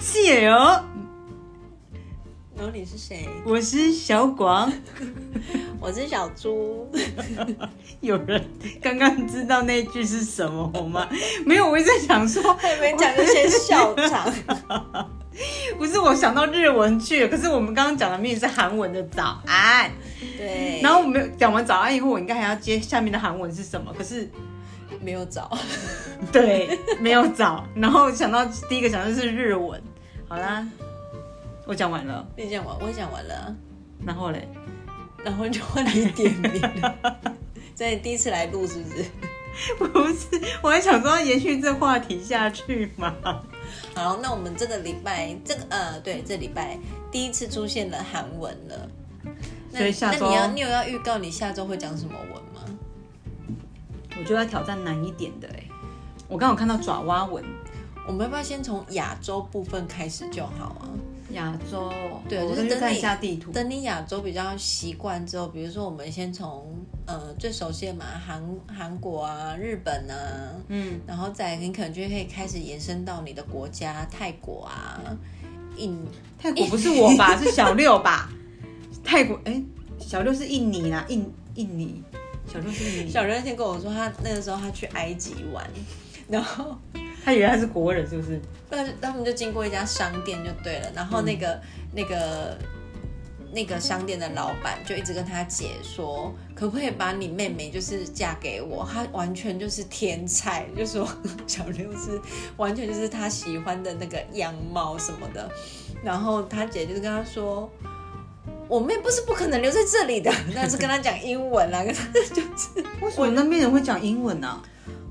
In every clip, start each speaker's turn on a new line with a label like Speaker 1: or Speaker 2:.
Speaker 1: 谢哦，
Speaker 2: 然后你是谁？
Speaker 1: 我是小广。
Speaker 2: 我是小猪。
Speaker 1: 有人刚刚知道那句是什么吗？ 没有，我一直在想说，
Speaker 2: 还没讲那些笑场，
Speaker 1: 不是我想到日文去了，可是我们刚刚讲的明明是韩文的早安，
Speaker 2: 对，
Speaker 1: 然后我们讲完早安以后，我应该还要接下面的韩文是什么？可是
Speaker 2: 没有找，
Speaker 1: 对，没有早，然后想到第一个想到是日文。好啦，我讲完了，
Speaker 2: 你讲完，我讲完了，啊
Speaker 1: 然后嘞，
Speaker 2: 然后就换你点名了。在第一次来录是不是？
Speaker 1: 不是，我还想说要延续这话题下去嘛。
Speaker 2: 好，那我们这个礼拜，这个呃，对，这礼拜第一次出现了韩文了。那
Speaker 1: 所以下
Speaker 2: 那
Speaker 1: 周
Speaker 2: 你要你有要预告你下周会讲什么文吗？
Speaker 1: 我就要挑战难一点的哎、我刚好看到爪哇文，
Speaker 2: 我们要不要先从亚洲部分开始就好啊？
Speaker 1: 亚洲，
Speaker 2: 对
Speaker 1: 哦我
Speaker 2: 就是
Speaker 1: 再去
Speaker 2: 等
Speaker 1: 看一
Speaker 2: 你
Speaker 1: 下地图。
Speaker 2: 等你亚洲比较习惯之后，比如说我们先从呃最熟悉的嘛，韩韩国啊、日本啊，
Speaker 1: 嗯，
Speaker 2: 然后再来你可能就可以开始延伸到你的国家，泰国啊、印
Speaker 1: 泰国不是我 吧？是小六吧？泰国哎、小六是印尼啦，印印尼，小六是印尼。
Speaker 2: 小人那天跟我说，他那个时候他去埃及玩，然后
Speaker 1: 他以为他是国人是不是？
Speaker 2: 那他们就经过一家商店就对了，然后那个、那个那个商店的老板就一直跟他姐说，可不可以把你妹妹就是嫁给我？她完全就是天才，就说小六是完全就是他喜欢的那个样貌什么的。然后他姐就是跟他说。我妹不是不可能留在这里的，但是跟他讲英文啦，跟他就是
Speaker 1: 为什么那边人会讲英文呢、啊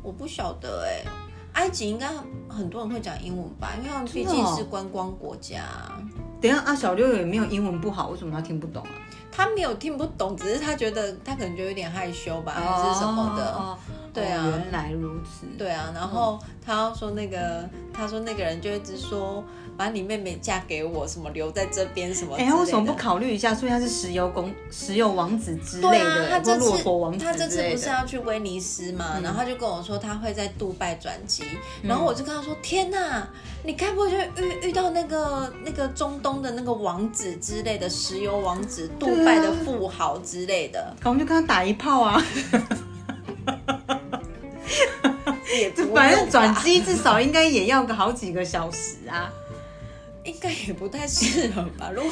Speaker 2: 我不晓得哎、埃及应该很多人会讲英文吧，因为他们毕
Speaker 1: 真的
Speaker 2: 竟
Speaker 1: 哦
Speaker 2: 是观光国家。
Speaker 1: 等一下啊，小六也没有英文不好，为什么他听不懂啊？
Speaker 2: 他没有听不懂，只是他觉得他可能就有点害羞吧，还是什么的。
Speaker 1: 哦嗯
Speaker 2: 对啊
Speaker 1: 哦原来如此。
Speaker 2: 对啊，然后他说那个，他说那个人就一直说把你妹妹嫁给我，什么留在这边什么之
Speaker 1: 哎、
Speaker 2: 类的。
Speaker 1: 他为什么不考虑一下？所以他是石油公、石油王子之
Speaker 2: 对
Speaker 1: 类
Speaker 2: 啊，
Speaker 1: 的，
Speaker 2: 他
Speaker 1: 或
Speaker 2: 这
Speaker 1: 骆
Speaker 2: 次
Speaker 1: 驼王子
Speaker 2: 他这
Speaker 1: 之
Speaker 2: 次
Speaker 1: 类
Speaker 2: 不是
Speaker 1: 的。嗯
Speaker 2: 要去威尼斯嘛，然后他就跟我说他会在杜拜转机，然后我就跟他说：“天哪，你该不会就遇遇到那个那个中东的那个王子之类的石油王子，杜拜
Speaker 1: 啊
Speaker 2: 的富豪之类的，
Speaker 1: 我们就跟他打一炮 啊！
Speaker 2: 也不用吧
Speaker 1: 反正转机至少应该也要个好几个小时啊。
Speaker 2: 应该也不太适合吧？如果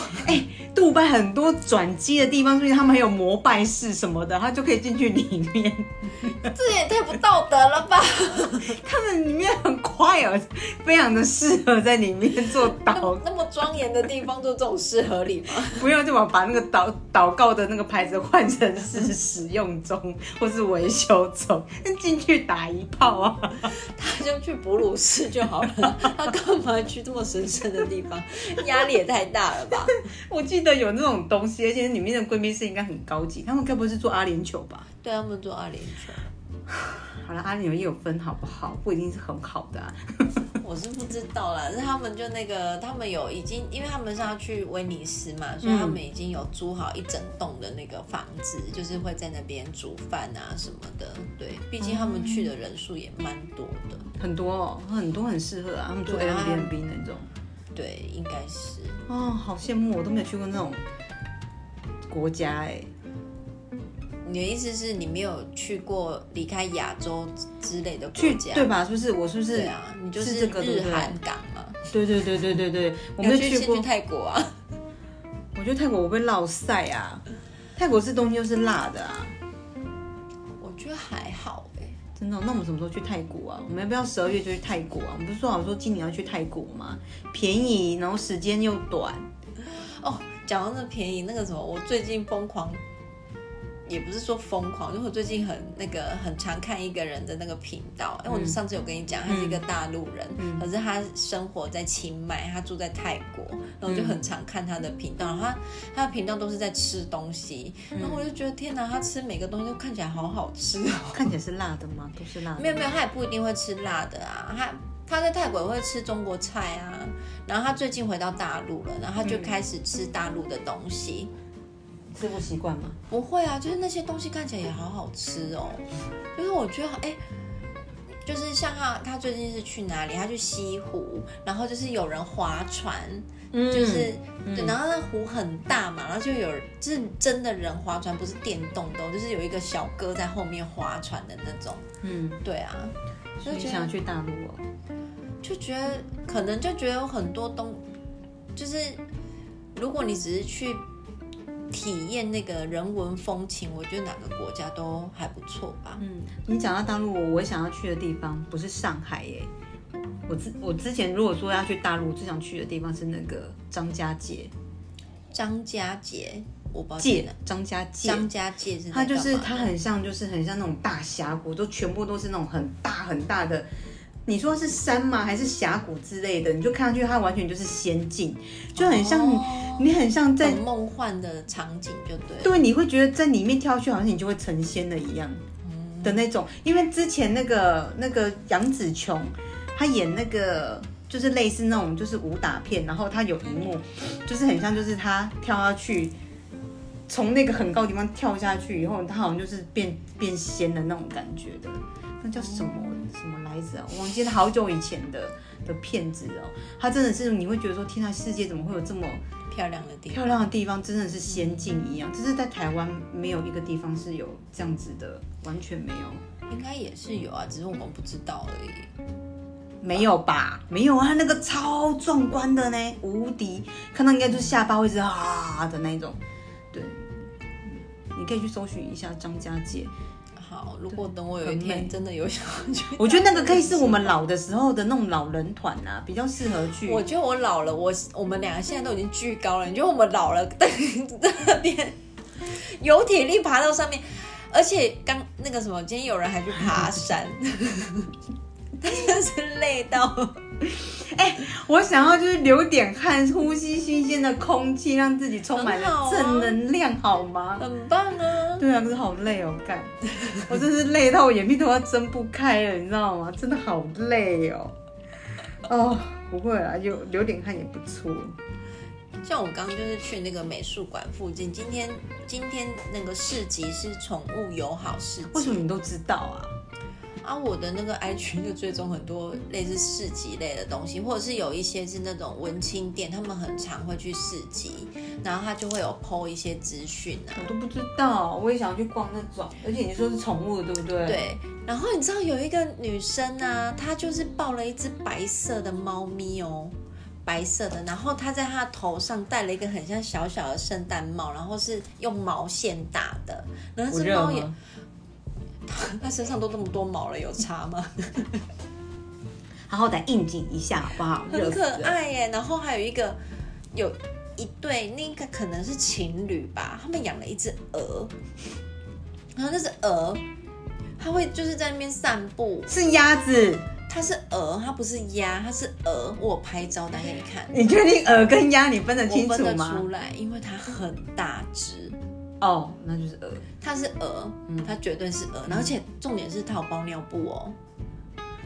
Speaker 1: 杜拜很多转机的地方，所以他们还有膜拜室什么的，他就可以进去里面。
Speaker 2: 这也太不道德了吧？
Speaker 1: 他们里面很快哦，非常的适合在里面做
Speaker 2: 那
Speaker 1: 祷
Speaker 2: 么，那么庄严的地方做这种事合理吗？
Speaker 1: 不用就把把那个祷祷告的那个牌子换成是使用中 或是维修中，进去打一炮啊！
Speaker 2: 他就去哺乳室就好了，他干嘛去这么神圣的地方？压力也太大了吧？
Speaker 1: 我记得有那种东西，而且里面的贵宾室应该很高级，他们该不会是做阿联酋吧？
Speaker 2: 对他们做二连球，
Speaker 1: 好了，阿联酋也有分好不好？不一定是很好的、啊。
Speaker 2: 我是不知道啦。是他们就那个，他们有已经，因为他们是要去威尼斯
Speaker 1: 嗯
Speaker 2: 嘛，所以他们已经有租好一整栋的那个房子，就是会在那边煮饭啊什么的。对，毕竟他们去的人数也蛮多的。
Speaker 1: 很多哦，很多很适合啊，他们做
Speaker 2: 对啊
Speaker 1: Airbnb 那种。
Speaker 2: 对，应该是。
Speaker 1: 哦，好羡慕，我都没有去过那种国家哎、
Speaker 2: 你的意思是你没有去过离开亚洲之类的国
Speaker 1: 去
Speaker 2: 家？
Speaker 1: 对吧？是不是？我是不是？
Speaker 2: 对啊，你就是是
Speaker 1: 这个对
Speaker 2: 日
Speaker 1: 不对
Speaker 2: 韩港嘛。
Speaker 1: 对对对对对对，我没
Speaker 2: 你
Speaker 1: 有
Speaker 2: 要去先
Speaker 1: 过
Speaker 2: 去。泰国啊？
Speaker 1: 我觉得泰国我会落晒啊，泰国是东西又是辣的啊，
Speaker 2: 我觉得还好哎、
Speaker 1: 真的哦、那我们什么时候去泰国啊？我们要不要十二月就去泰国啊？我们不是说好说今年要去泰国吗？便宜，然后时间又短。
Speaker 2: 哦，讲到那便宜，那个什么，我最近疯狂，也不是说疯狂，因为我最近很那个很常看一个人的那个频道，因为我上次有跟你讲，他是一个大陆人，可是他生活在清迈，他住在泰国，然后我就很常看他的频道，然后他他的频道都是在吃东西，然后我就觉得天哪，他吃每个东西都看起来好好吃哦。
Speaker 1: 看起来是辣的吗？都是辣的。
Speaker 2: 没有没有，他也不一定会吃辣的啊，他他在泰国也会吃中国菜啊，然后他最近回到大陆了，然后他就开始吃大陆的东西。
Speaker 1: 吃不习惯吗？
Speaker 2: 不会啊，就是那些东西看起来也好好吃哦，就是我觉得哎、就是像他，他最近是去哪里？他去西湖，然后就是有人划船，
Speaker 1: 嗯
Speaker 2: 就是、对，然后那湖很大嘛，然后就有就是真的人划船，不是电动的哦，就是有一个小哥在后面划船的那种。
Speaker 1: 嗯，
Speaker 2: 对啊，就
Speaker 1: 你
Speaker 2: 觉
Speaker 1: 想
Speaker 2: 得
Speaker 1: 去大陆哦？
Speaker 2: 就觉得可能就觉得有很多东，就是如果你只是去体验那个人文风情，我觉得哪个国家都还不错吧。
Speaker 1: 嗯，你讲到大陆，我我想要去的地方不是上海耶。我之我之前如果说要去大陆，我最想去的地方是那个张家界
Speaker 2: 张家界，我不知道
Speaker 1: 界，张家界，
Speaker 2: 张家界是在
Speaker 1: 它就是
Speaker 2: 干嘛
Speaker 1: 它很像，就是很像那种大峡谷，都全部都是那种很大很大的。你说是山吗？还是峡谷之类的？你就看上去它完全就是仙境，就很像、
Speaker 2: 哦
Speaker 1: 你很像在
Speaker 2: 很梦幻的场景就对了。
Speaker 1: 对，你会觉得在里面跳下去，好像你就会成仙了一样的那种。因为之前那个那个杨紫琼，她演那个就是类似那种就是武打片，然后她有一幕就是很像就是她跳下去，从那个很高的地方跳下去以后，她好像就是变变仙的那种感觉的。那叫什么什么来着啊？我忘记了好久以前的的片子哦。她真的是你会觉得说，天呐，啊世界怎么会有这么
Speaker 2: 漂亮的地方。
Speaker 1: 漂亮的地方真的是仙境一样，就是在台湾没有一个地方是有这样子的，完全没有，
Speaker 2: 应该也是有啊，只是我们不知道而已。
Speaker 1: 没有吧？没有啊，那个超壮观的呢，无敌，看到应该就是下巴会是啊的那种，对，嗯你可以去搜寻一下张家界，
Speaker 2: 好，如果等我有
Speaker 1: 很
Speaker 2: 一
Speaker 1: 美
Speaker 2: 天真的有想要去，
Speaker 1: 我觉得那个可以是我们老的时候的那种老人团啊，比较适合去。
Speaker 2: 我觉得我老了，我我们两个现在都已经巨高了，你觉得我们老了， 但这边有体力爬到上面，而且刚那个什么，今天有人还去爬山， 真的是累到。
Speaker 1: 我想要就是流点汗，呼吸新鲜的空气，让自己充满
Speaker 2: 很
Speaker 1: 了
Speaker 2: 好啊
Speaker 1: 正能量，好吗？
Speaker 2: 很棒啊！
Speaker 1: 对啊，可是好累哦，干， 我真是累到我眼皮都要睁不开了，你知道吗？真的好累哦。哦，不会啦，有流点汗也不错。
Speaker 2: 像我刚刚就是去那个美术馆附近，今天今天那个市集是宠物友好市集，
Speaker 1: 为什么你都知道啊？
Speaker 2: 啊，我的那个 i 群就追踪很多类似市集类的东西，或者是有一些是那种文青店，他们很常会去市集，然后他就会有 PO 一些资讯啊。
Speaker 1: 我都不知道，我也想要去逛那种，而且你说是宠物的，对不对？。
Speaker 2: 对，然后你知道有一个女生啊，她就是抱了一只白色的猫咪哦，白色的，然后她在她的头上戴了一个很像小小的圣诞帽，然后是用毛线打的，然后
Speaker 1: 不
Speaker 2: 这只
Speaker 1: 热
Speaker 2: 猫 也，
Speaker 1: 吗？
Speaker 2: 它身上都这么多毛了，有差吗？
Speaker 1: 好好歹应景一下，好不好？热
Speaker 2: 很
Speaker 1: 死
Speaker 2: 可
Speaker 1: 了。
Speaker 2: 爱耶。然后还有一个有一对，那个可能是情侣吧，他们养了一只鹅，然后那只鹅，它会就是在那边散步。
Speaker 1: 是鸭子，
Speaker 2: 它是鹅，它不是鸭，它是鹅。我有拍照单给你看，
Speaker 1: 你确定鹅跟鸭你分得清
Speaker 2: 我
Speaker 1: 楚
Speaker 2: 分得
Speaker 1: 吗
Speaker 2: 出？来，因为它很大只。
Speaker 1: 哦，那就是鹅。
Speaker 2: 它是鹅，
Speaker 1: 嗯
Speaker 2: 它绝对是鹅，然后而且重点是它有包尿布哦，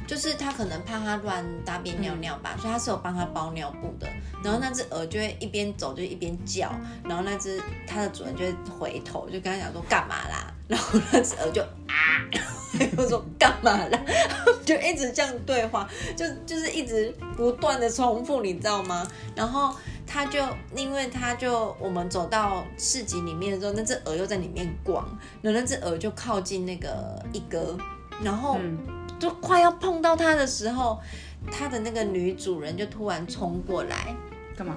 Speaker 2: 就是它可能怕它乱大便尿尿吧，所以它是有帮它包尿布的。然后那只鹅就会一边走就一边叫，然后那只它的主人就会回头就跟它讲说干嘛啦， 然后那只鹅就啊， 然后说干嘛啦， 就一直这样对话，就就是一直不断的重复，你知道吗？然后他就因为他就我们走到市集里面的时候，那只鹅又在里面逛，然后那只鹅就靠近那个一哥，然后
Speaker 1: 哦嗯
Speaker 2: 就快要碰到他的时候，他的那个女主人就突然冲过来，
Speaker 1: 干嘛？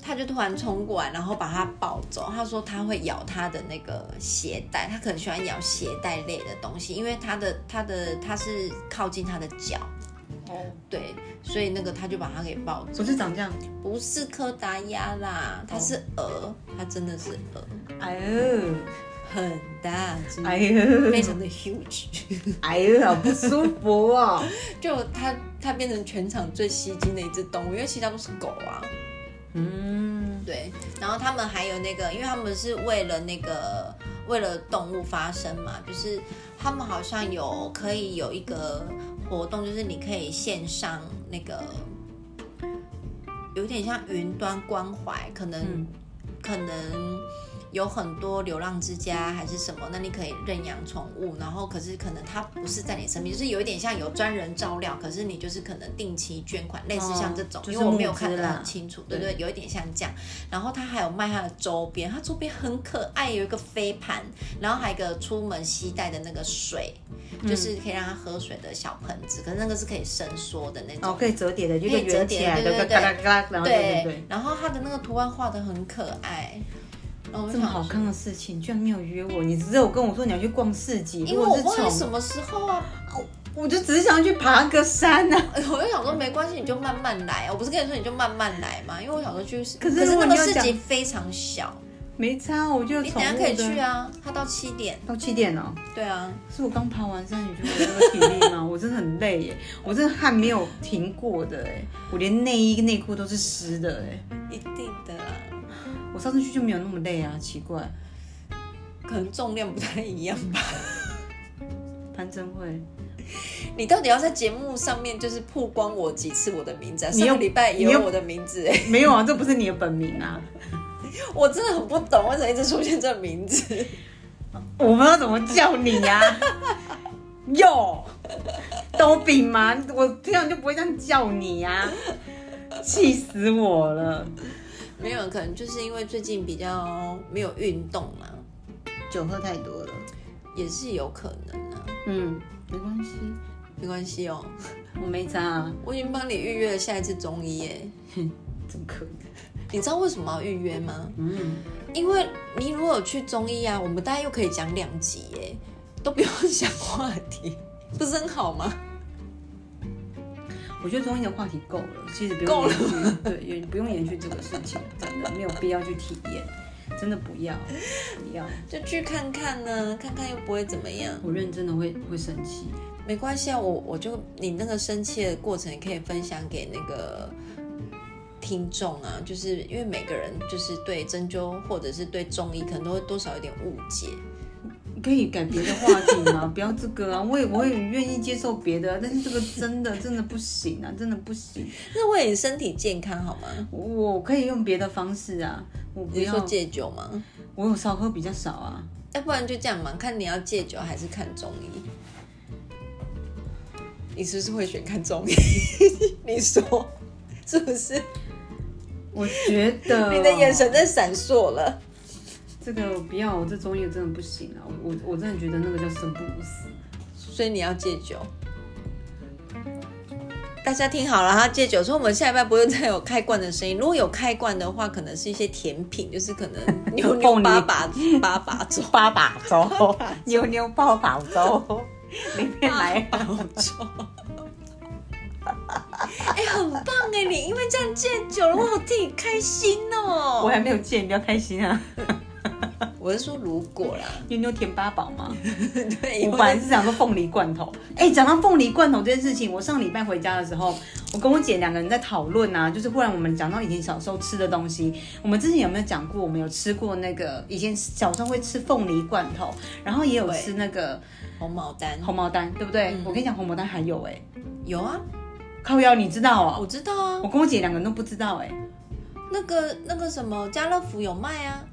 Speaker 2: 他就突然冲过来，然后把他抱走。他说他会咬他的那个鞋带，他可能喜欢咬鞋带类的东西，因为他的他的他是靠近他的脚，
Speaker 1: 哦，
Speaker 2: 对，所以那个他就把他给抱走。
Speaker 1: 不是长这样。
Speaker 2: 不是柯达鸭啦，它是鹅，它真的是鹅，
Speaker 1: 哎呦，
Speaker 2: 很大只，
Speaker 1: 哎呦，
Speaker 2: 非常的 huge，
Speaker 1: 哎呦，好不舒服 哦。
Speaker 2: 就它它变成全场最吸睛的一只动物，因为其他都是狗啊。
Speaker 1: 嗯，
Speaker 2: 对，然后他们还有那个，因为他们是为了那个为了动物发声嘛，就是他们好像有可以有一个活动，就是你可以线上那个，
Speaker 1: 嗯
Speaker 2: 有点像云端关怀，可能、可能有很多流浪之家还是什么，那你可以认养宠物，然后可是可能它不是在你身边，就是有一点像有专人照料，可是你就是可能定期捐款，类似像这种，
Speaker 1: 哦就是
Speaker 2: 因为我没有
Speaker 1: 募资
Speaker 2: 看得
Speaker 1: 啦
Speaker 2: 很清楚，对不对？有一点像这样。然后它还有卖它的周边，它周边很可爱，有一个飞盘，然后还有一个出门携带的那个水，
Speaker 1: 嗯
Speaker 2: 就是可以让它喝水的小盆子，可是那个是可以伸缩的那种。
Speaker 1: 哦，可以折叠的，就一个
Speaker 2: 可以折
Speaker 1: 圆起
Speaker 2: 叠
Speaker 1: 来的，
Speaker 2: 对对
Speaker 1: 嘎啦嘎啦，然后对对对，
Speaker 2: 然后它的那个图案画的很可爱，然后我就
Speaker 1: 这么好看
Speaker 2: 想
Speaker 1: 的事情居然没有约我，你只有跟我说你要去逛市集，
Speaker 2: 说，因
Speaker 1: 如
Speaker 2: 为
Speaker 1: 果
Speaker 2: 我
Speaker 1: 是
Speaker 2: 忘
Speaker 1: 宠
Speaker 2: 了什么时候啊，
Speaker 1: 我就只是想去爬个山啊。
Speaker 2: 哎我就想说没关系，你就慢慢来。我不是跟你说你就慢慢来嘛，因为我想说去，
Speaker 1: 可是如
Speaker 2: 那
Speaker 1: 果
Speaker 2: 个
Speaker 1: 你要
Speaker 2: 市
Speaker 1: 讲
Speaker 2: 集非常小，
Speaker 1: 没差，我觉得
Speaker 2: 你
Speaker 1: 宠
Speaker 2: 等
Speaker 1: 物
Speaker 2: 一下可以
Speaker 1: 的
Speaker 2: 去啊，它到七点，
Speaker 1: 到七点哦、
Speaker 2: 对啊，
Speaker 1: 是我刚爬完山，你觉得我这个体力吗？ 我真的很累耶，我真的汗没有停过的哎，我连内衣内裤都是湿的哎。
Speaker 2: 一定的啊啦，
Speaker 1: 我上次去就没有那么累啊，奇怪。
Speaker 2: 可能重量不太一样吧。
Speaker 1: 潘真慧，
Speaker 2: 你到底要在节目上面就是曝光我几次我的名字、啊？
Speaker 1: 你
Speaker 2: 上
Speaker 1: 又
Speaker 2: 个礼拜
Speaker 1: 你
Speaker 2: 也
Speaker 1: 又
Speaker 2: 有我的名字、哎，
Speaker 1: 没有啊，这不是你的本名啊，
Speaker 2: 我真的很不懂为什么一直出现这个名字。
Speaker 1: 我不知道怎么叫你啊。 哟，都饼吗？我平常就不会这样叫你呀、啊，气死我了。
Speaker 2: 没有，可能就是因为最近比较没有运动嘛，
Speaker 1: 酒喝太多了，
Speaker 2: 也是有可能啊。
Speaker 1: 嗯，没关系，
Speaker 2: 没关系哦，
Speaker 1: 我没差啊，
Speaker 2: 我已经帮你预约了下一次中医耶。
Speaker 1: 怎么可能？
Speaker 2: 你知道为什么要预约吗？
Speaker 1: 嗯，
Speaker 2: 因为你如果有去中医啊，我们大概又可以讲两集耶，都不用想话题，不是很好吗？
Speaker 1: 我觉得中医的话题够了，其实不用
Speaker 2: 够了
Speaker 1: 延续，对，也不用延续这个事情，真的没有必要去体验，真的不要，不 要，
Speaker 2: 就去看看呢、看看又不会怎么样，
Speaker 1: 我认真的会会生气。
Speaker 2: 没关系啊。我我就你那个生气的过程，可以分享给那个听众啊，就是因为每个人就是对针灸或者是对中医，可能都会多少有点误解。
Speaker 1: 你可以改别的话题吗？不 要这个啊！我也我也愿意接受别的啊，但是这个真的真的不行啊，真的不行。
Speaker 2: 那为你身体健康好吗？
Speaker 1: 我我可以用别的方式啊，我不
Speaker 2: 你说
Speaker 1: 要。
Speaker 2: 戒酒吗？
Speaker 1: 我有少喝比较少啊，
Speaker 2: 要不然就这样嘛，看你要戒酒还是看中医。你是不是会选看中医？ 你说是不是？
Speaker 1: 我觉得
Speaker 2: 你的眼神在闪烁了。
Speaker 1: 这个不要，我这中医真的不行啊！我我我真的觉得那个叫生不如死。
Speaker 2: 所以你要戒酒。大家听好了，他戒酒，所以我们下一拜不会再有开罐的声音。如果有开罐的话，可能是一些甜品，就是可能牛牛
Speaker 1: 凤梨，
Speaker 2: 八把八把粥
Speaker 1: 八把粥，牛牛八把 粥，里面来
Speaker 2: 八把粥。哎、很棒哎！你因为这样戒酒了，我好替你开心
Speaker 1: 我
Speaker 2: 哦。
Speaker 1: 还没有见，你不要开心啊！
Speaker 2: 我是说如果啦，
Speaker 1: 妞妞甜八宝嘛，
Speaker 2: 对，啊
Speaker 1: 我本来是想说凤梨罐头。哎、讲到凤梨罐头这件事情，我上礼拜回家的时候，我跟我姐两个人在讨论啊，就是忽然我们讲到以前小时候吃的东西，我们之前有没有讲过，我们有吃过那个以前小时候会吃凤梨罐头，然后也有吃那个
Speaker 2: 红毛丹
Speaker 1: 红毛丹，对不对？
Speaker 2: 嗯
Speaker 1: 我跟你讲，红毛丹还有哎、
Speaker 2: 有啊，
Speaker 1: 靠腰你知道哦、
Speaker 2: 我知道啊
Speaker 1: 我，跟我姐两个人都不知道哎、
Speaker 2: 那个那个什么家乐福有卖啊。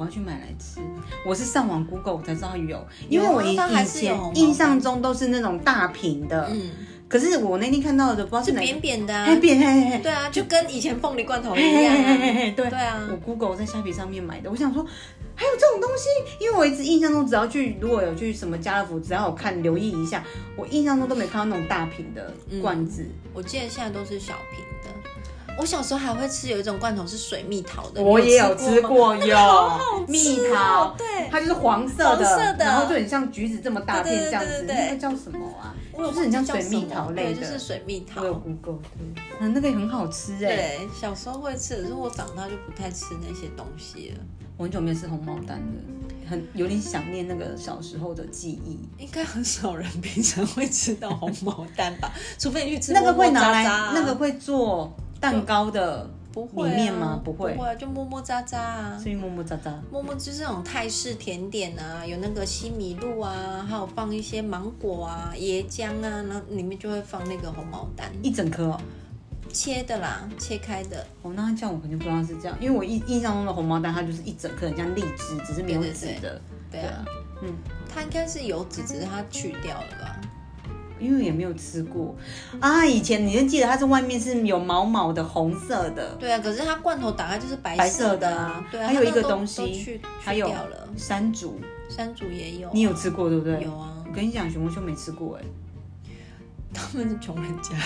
Speaker 1: 我要去买来吃。我是上网 Google 我才知道有，因为我以
Speaker 2: 有啊它还
Speaker 1: 以
Speaker 2: 是有
Speaker 1: 前
Speaker 2: 红毛丹
Speaker 1: 印象中都是那种大瓶的，
Speaker 2: 嗯，
Speaker 1: 可是我哦那天看到的不知道是
Speaker 2: 是
Speaker 1: 哪
Speaker 2: 扁
Speaker 1: 个，
Speaker 2: 扁的、啊，
Speaker 1: 哎扁嘿嘿嘿
Speaker 2: 对啊，就跟以前凤梨罐头一
Speaker 1: 嘿
Speaker 2: 样
Speaker 1: 嘿
Speaker 2: 啊
Speaker 1: 嘿。嘿，对
Speaker 2: 对啊
Speaker 1: 我 Google 在虾皮上面买的，我想说还有这种东西，因为我一直印象中只要去如果有去什么家乐福，只要我看留意一下，我印象中都没看到那种大瓶的罐子。
Speaker 2: 我记得现在都是小瓶的。我小时候还会吃有一种罐头是水蜜桃的，
Speaker 1: 我
Speaker 2: 你
Speaker 1: 也有吃
Speaker 2: 过吗。
Speaker 1: 过，有
Speaker 2: 好吃
Speaker 1: 蜜
Speaker 2: 哦
Speaker 1: 桃，
Speaker 2: 对
Speaker 1: 它就是黄色的，
Speaker 2: 黄色的
Speaker 1: 然后就很像橘子这么大片
Speaker 2: 对对对
Speaker 1: 这样子，
Speaker 2: 对对对
Speaker 1: 那个叫什么啊？
Speaker 2: 我有
Speaker 1: 就是很像
Speaker 2: 忘
Speaker 1: 水
Speaker 2: 记叫
Speaker 1: 蜜
Speaker 2: 什么
Speaker 1: 桃类
Speaker 2: 对，就是
Speaker 1: 的。
Speaker 2: 水蜜桃
Speaker 1: 我。有 Google，对，嗯，那个也很好吃哎、
Speaker 2: 对，小时候会吃，可是我长大就不太吃那些东西了。
Speaker 1: 我很久没有吃红毛丹了，很有点想念那个小时候的记忆。
Speaker 2: 应该很少人平常会吃到红毛丹吧？除非你去吃
Speaker 1: 那个会
Speaker 2: 摸摸
Speaker 1: 拿
Speaker 2: 渣
Speaker 1: 来
Speaker 2: 渣啊，
Speaker 1: 那个会做蛋糕的
Speaker 2: 不会啊
Speaker 1: 里面吗不
Speaker 2: 不
Speaker 1: 会
Speaker 2: 啊，就摸摸渣渣啊。
Speaker 1: 所以么么喳喳。
Speaker 2: 摸摸就是那种泰式甜点啊，有那个西米露啊，还有放一些芒果啊、椰浆啊，然后里面就会放那个红毛丹，
Speaker 1: 一整颗哦，
Speaker 2: 切的啦，切开的，
Speaker 1: 哦，那这样我肯定不知道是这样，因为我印印象中的红毛丹它就是一整颗很像荔枝，只是没有
Speaker 2: 对对
Speaker 1: 籽
Speaker 2: 对
Speaker 1: 的，
Speaker 2: 对啊，
Speaker 1: 嗯，
Speaker 2: 它应该是有籽，只是它去掉了吧？
Speaker 1: 因为也没有吃过啊。以前你就记得它是外面是有毛毛的红色的
Speaker 2: 对啊，可是它罐头打开就是白
Speaker 1: 白
Speaker 2: 色
Speaker 1: 色的
Speaker 2: 啊
Speaker 1: 啊，
Speaker 2: 对啊，
Speaker 1: 还有一个
Speaker 2: 它都
Speaker 1: 东
Speaker 2: 都
Speaker 1: 西
Speaker 2: 去
Speaker 1: 还
Speaker 2: 去
Speaker 1: 有
Speaker 2: 掉了，
Speaker 1: 山竹，
Speaker 2: 山竹也有，啊
Speaker 1: 你有吃过对不对？
Speaker 2: 有啊，
Speaker 1: 我跟你讲，熊猫就没吃过哎、
Speaker 2: 他们是穷 人家。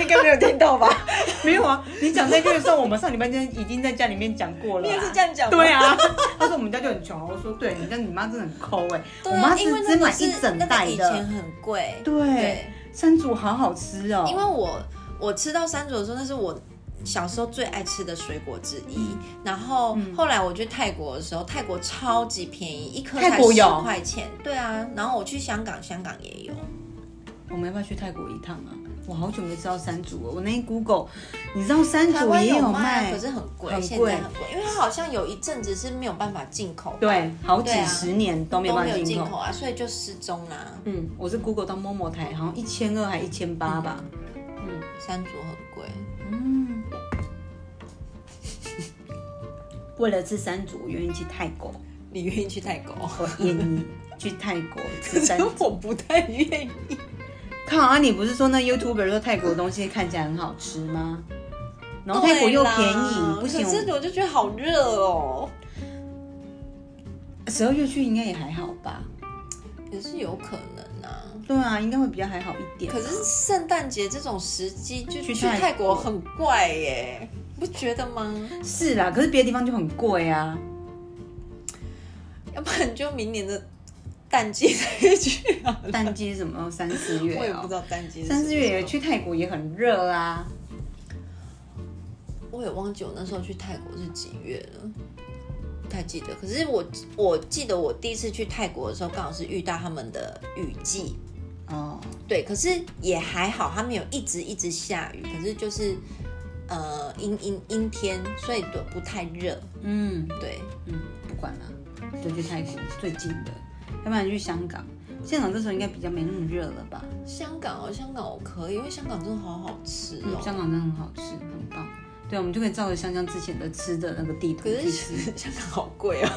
Speaker 2: 应该没有听到吧？
Speaker 1: 没有啊。你讲这句的时候，我们上礼拜天已经在家里面讲过了
Speaker 2: 你
Speaker 1: 啦。
Speaker 2: 也是这样讲吗
Speaker 1: 对啊， 他说我们家就很穷啊，我说对，你家你妈真的很抠哎、
Speaker 2: 对
Speaker 1: 我妈
Speaker 2: 啊，因为
Speaker 1: 只
Speaker 2: 那个
Speaker 1: 买
Speaker 2: 是
Speaker 1: 一整
Speaker 2: 那
Speaker 1: 袋
Speaker 2: 个以前
Speaker 1: 的。
Speaker 2: 很贵，
Speaker 1: 对，山竹好好吃哦、
Speaker 2: 因为我我吃到山竹的时候，那是我小时候最爱吃的水果之一。
Speaker 1: 嗯
Speaker 2: 然后后来我去泰国的时候，泰国超级便宜，一颗才
Speaker 1: 泰国
Speaker 2: 十
Speaker 1: 有
Speaker 2: 块钱。对啊，然后我去香港，香港也有。
Speaker 1: 我们要不要去泰国一趟啊？我好久没吃到山竹了。我那天 Google，你知道山
Speaker 2: 台
Speaker 1: 竹
Speaker 2: 湾
Speaker 1: 也
Speaker 2: 有啊
Speaker 1: 卖，
Speaker 2: 可是很贵，
Speaker 1: 很贵
Speaker 2: 现在很贵，因为它好像有一阵子是没有办法进口，
Speaker 1: 对，好几
Speaker 2: 对啊
Speaker 1: 十年都没
Speaker 2: 都
Speaker 1: 办
Speaker 2: 没
Speaker 1: 法
Speaker 2: 有
Speaker 1: 进
Speaker 2: 进
Speaker 1: 口。
Speaker 2: 口啊，所以就失踪啦。
Speaker 1: 嗯，我是 Google 到 Momo 台，好像一千二还一千八吧。
Speaker 2: 山竹很贵，
Speaker 1: 嗯， 为了吃山竹，我愿意去泰国，
Speaker 2: 你愿意去泰 国？
Speaker 1: 我愿意去泰国吃
Speaker 2: 可是
Speaker 1: 山竹。
Speaker 2: 我不太愿意。
Speaker 1: 看啊，你不是说那 YouTuber 说泰国的东西看起来很好吃吗？然后泰国又便宜，不行
Speaker 2: 可，是我就觉得好热哦。
Speaker 1: 十二月去应该也还好吧？
Speaker 2: 也是有可能啊。
Speaker 1: 对啊，应该会比较还好一点。
Speaker 2: 可是圣诞节这种时机就去
Speaker 1: 去泰
Speaker 2: 泰
Speaker 1: 国
Speaker 2: 国很怪耶，你不觉得吗？
Speaker 1: 是啦，可是别的地方就很贵 啊。
Speaker 2: 要不然就明年的淡季再去好了。
Speaker 1: 淡季是什么三四月、哦，
Speaker 2: 我也不知道淡季是什么
Speaker 1: 三四月也，去泰国也很热啊。
Speaker 2: 我也忘记我那时候去泰国是几月了。不太记得，可是我我记得我第一次去泰国的时候，刚好是遇到他们的雨季，
Speaker 1: 哦，
Speaker 2: 对，可是也还好，它没有一直一直下雨，可是就是呃阴阴阴天，所以都不太热，
Speaker 1: 嗯
Speaker 2: 对，
Speaker 1: 嗯，不管了，就去泰国最近的，要不然去香港。香港这时候应该比较没那么热了吧？
Speaker 2: 香港哦，香港我可以，因为香港真的好好吃
Speaker 1: 嗯
Speaker 2: 哦。
Speaker 1: 香港真的很好吃，很棒。对，我们就可以照着香香之前的吃的那个地图
Speaker 2: 可
Speaker 1: 去
Speaker 2: 是
Speaker 1: 吃。
Speaker 2: 香港好贵哦，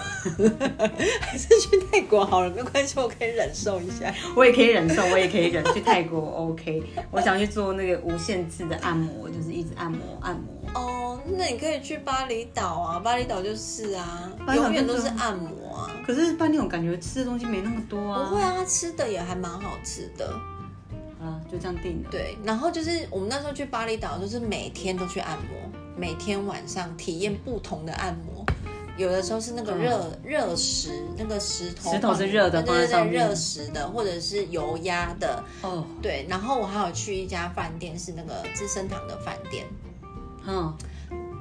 Speaker 2: 还是去泰国好了，没关系，我可以忍受一下。
Speaker 1: 我也可以忍受，我也可以忍。去泰国 OK，我想去做那个无限次的按摩，就是一直按摩按摩。
Speaker 2: 哦，那你可以去巴厘岛啊，巴厘岛就是啊，
Speaker 1: 巴厘岛
Speaker 2: 永远都
Speaker 1: 就是
Speaker 2: 是按摩啊。
Speaker 1: 可是半天我感觉吃的东西没那么多
Speaker 2: 不
Speaker 1: 啊。
Speaker 2: 会啊，它吃的也还蛮好吃的。
Speaker 1: 好了，就这样定了。
Speaker 2: 对，然后就是我们那时候去巴厘岛，就是每天都去按摩，每天晚上体验不同的按摩。有的时候是那个热、热石，那个石头
Speaker 1: 嗯石头是
Speaker 2: 放
Speaker 1: 热的放在
Speaker 2: 对对对
Speaker 1: 上
Speaker 2: 对，
Speaker 1: 面
Speaker 2: 热石的，或者是油压的，
Speaker 1: 哦，
Speaker 2: 对。然后我还有去一家饭店，是那个资生堂的饭店，
Speaker 1: 嗯，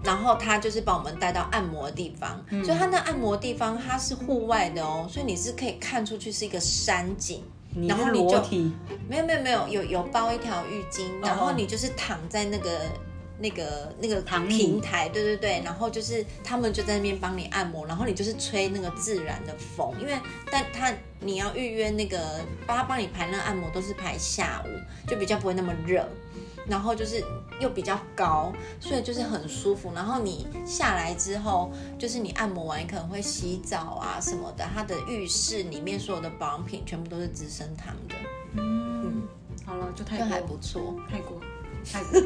Speaker 2: 然后他就是把我们带到按摩的地方，
Speaker 1: 嗯
Speaker 2: 所以他那按摩的地方它是户外的哦，所以你是可以看出去是一个山景，
Speaker 1: 你
Speaker 2: 然后
Speaker 1: 是
Speaker 2: 你
Speaker 1: 裸
Speaker 2: 就
Speaker 1: 体，
Speaker 2: 没有没有没有，有有包一条浴巾，然后
Speaker 1: 哦
Speaker 2: 你就是躺在那个那个那个
Speaker 1: 躺椅
Speaker 2: 平台，对对对，然后就是他们就在那边帮你按摩，然后你就是吹那个自然的风，因为但他你要预约那个，帮他帮你排那个按摩都是排下午，就比较不会那么热。然后就是又比较高，所以就是很舒服。然后你下来之后，就是你按摩完，你可能会洗澡啊什么的。它的浴室里面所有的保养品全部都是资生堂的。
Speaker 1: 嗯，好了，就泰
Speaker 2: 就
Speaker 1: 国
Speaker 2: 还不错。
Speaker 1: 泰国，泰国，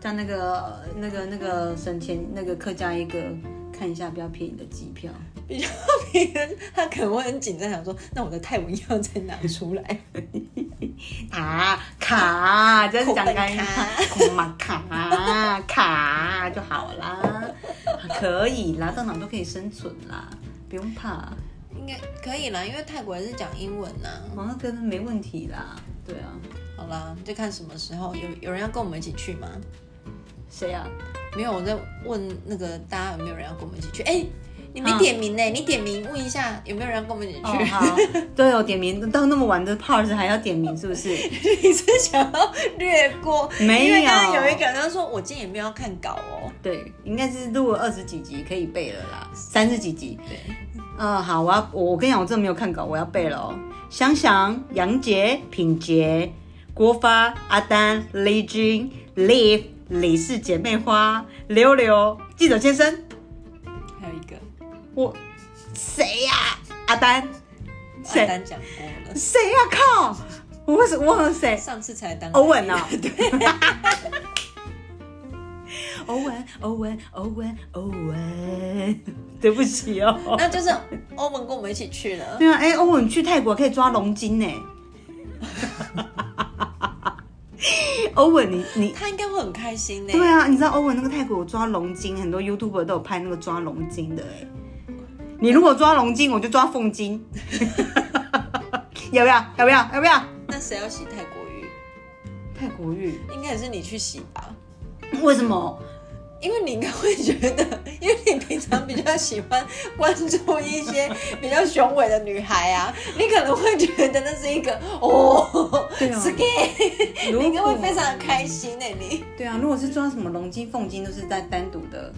Speaker 1: 在那个那个那个省钱那个客家一个看一下比较便宜的机票。
Speaker 2: 他可能会很紧张，想说：“那我的泰文要再拿出来。
Speaker 1: 啊卡，这样讲开
Speaker 2: 口本，
Speaker 1: 恐马 卡卡就好啦，可以啦，到哪都可以生存啦，不用怕，”
Speaker 2: 应该可以啦，因为泰国人是讲英文呐、
Speaker 1: 王哥没问题啦。对啊，
Speaker 2: 好啦，就看什么时候有有人要跟我们一起去吗？
Speaker 1: 谁啊？
Speaker 2: 没有，我在问那个大家有没有人要跟我们一起去？哎、你没点名呢、你点名问一下有没有人要跟我们一起去？
Speaker 1: 哦，好，对哦，点名到那么晚的 part 还要点名，是不是？
Speaker 2: 你是想要略过？
Speaker 1: 没有
Speaker 2: 因为刚刚有一个人他说我今天也没有要看稿哦。
Speaker 1: 对，应该是录了二十几集可以背了啦，三十几集。
Speaker 2: 对，
Speaker 1: 嗯，好，我要我我跟你讲，我真的没有看稿，我要背了哦。想想杨杰、品杰、国发、阿丹、雷军、Live、李氏姐妹花、刘刘、记者先生，
Speaker 2: 还有一个
Speaker 1: 我谁呀、阿丹，谁
Speaker 2: 阿丹讲过了，
Speaker 1: 谁呀、靠！我为什么忘了谁？
Speaker 2: 上次才当
Speaker 1: 欧文
Speaker 2: 啊
Speaker 1: 啊，欧文，欧文，欧文，欧文， 对不起哦。
Speaker 2: 那就是欧文跟我们一起去了，
Speaker 1: 对啊，哎、欧文去泰国可以抓龙筋 呢。欧文，你你
Speaker 2: 他应该会很开心呢。
Speaker 1: 对啊，你知道欧文那个泰国有抓龙筋，很多 YouTuber 都有拍那个抓龙筋的哎。你如果抓龙筋，我就抓凤筋， 要不要？要不要？要不要？
Speaker 2: 那谁要洗泰国浴？
Speaker 1: 泰国浴
Speaker 2: 应该也是你去洗吧，
Speaker 1: 为什么？
Speaker 2: 因为你应该会觉得， 因为你平常比较喜欢关注一些 比较雄伟的女孩啊，你可能会觉得那是一个哦，
Speaker 1: 对啊
Speaker 2: s k a
Speaker 1: 如
Speaker 2: 你应该会
Speaker 1: 果
Speaker 2: 非常开心呢、你
Speaker 1: 对啊，如果是抓什么龙筋、凤筋，都是在单独的、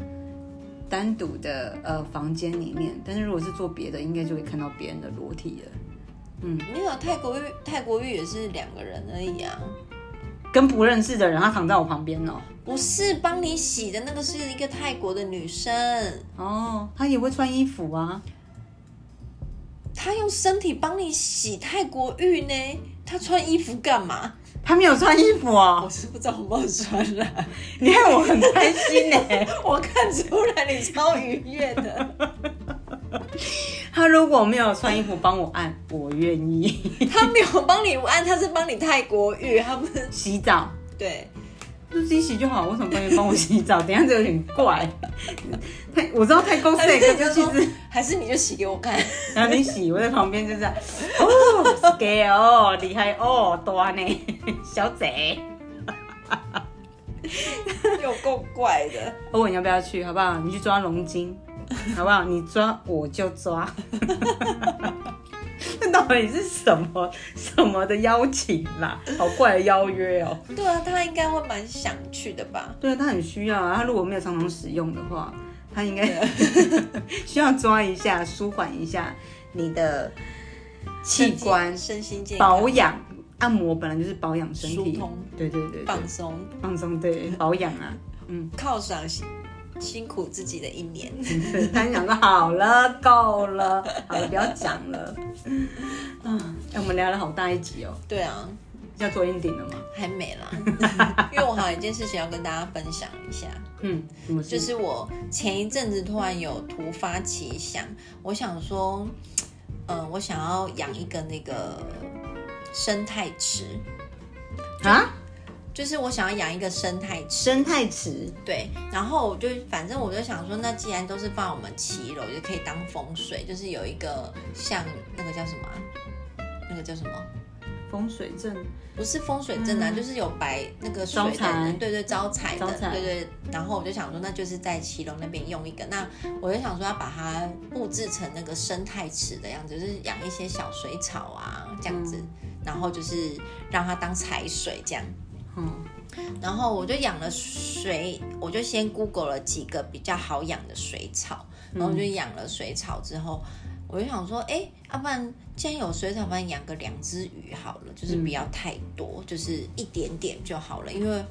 Speaker 1: 单独的呃房间里面。但是如果是做别的，应该就会看到别人的裸体了。
Speaker 2: 没有泰国浴，泰国浴也是两个人而已啊。
Speaker 1: 跟不认识的人，他躺在我旁边哦。
Speaker 2: 不是帮你洗的那个是一个泰国的女生，
Speaker 1: 哦，他也会穿衣服啊。
Speaker 2: 她用身体帮你洗泰国浴呢，她穿衣服干嘛？
Speaker 1: 他没有穿衣服
Speaker 2: 我
Speaker 1: 哦，
Speaker 2: 是不知道有没有穿啦、
Speaker 1: 你看我很开心呢、 欸
Speaker 2: 我看出来你超愉 悦的，
Speaker 1: 他如果没有穿衣服帮我按，我愿意
Speaker 2: 他没有帮你按，他是帮你泰国浴，他不是
Speaker 1: 洗澡，
Speaker 2: 对，
Speaker 1: 就自己洗就好。为什么帮你帮我洗澡？等一下这有点怪。太我知道 太公司可
Speaker 2: 就是说
Speaker 1: 其实
Speaker 2: 还是你就洗给我 看，
Speaker 1: 然后你洗，我在旁边就这样，哦，给哦，厉害哦，大呢， 小姐，
Speaker 2: 有够怪的。
Speaker 1: 欧文要不要去？好不好？你去抓龙筋，好不好？你抓我就抓。 那到底是什么什么的邀请啦？好怪的邀约哦。
Speaker 2: 对啊，他应该会蛮想去的吧？
Speaker 1: 对啊，他很需要啊。他如果没有常常使用的话，他应该 需要抓一下，舒缓一下你的器官
Speaker 2: 身心健康、
Speaker 1: 保养。按摩本来就是保养身体
Speaker 2: 疏通，
Speaker 1: 对对对对
Speaker 2: 放松、
Speaker 1: 放松，对，保养啊。嗯，
Speaker 2: 犒赏辛辛苦自己的一年。
Speaker 1: 对，他想说好了，够了，好了，不要讲了。啊，哎、我们聊了好大一集哦，
Speaker 2: 对啊，
Speaker 1: 要做 ending 了吗？
Speaker 2: 还没 啦，因为我还有一件事情要跟大家分享一下，
Speaker 1: 嗯，什么事？
Speaker 2: 就是我前一阵子突然有突发奇想，我想说，嗯、我想要养一个那个生态池，
Speaker 1: 啊，
Speaker 2: 就是我想要养一个生态池。
Speaker 1: 生态池，
Speaker 2: 对，然后我就反正我就想说，那既然都是放我们骑楼，就可以当风水，就是有一个像那个叫什么啊、那个叫什么？
Speaker 1: 风水阵，
Speaker 2: 不是风水阵啊，就是有摆那个水
Speaker 1: 嗯招
Speaker 2: 的
Speaker 1: 财
Speaker 2: 人，对对，招财的
Speaker 1: 招，财
Speaker 2: 对对。然后我就想说，那就是在骑楼那边用一个，那我就想说要把它布置成那个生态池的样子，就是养一些小水草啊这样子，然后就是让它当财水这样。
Speaker 1: 嗯，
Speaker 2: 然后我就养了水，我就先 Google 了几个比较好养的水草，然后我就
Speaker 1: 嗯
Speaker 2: 养了水草之后，我就想说，哎，要、不然既然有水草，不然养个两只鱼好了，就是不
Speaker 1: 嗯
Speaker 2: 要太多，就是一点点就好了，因为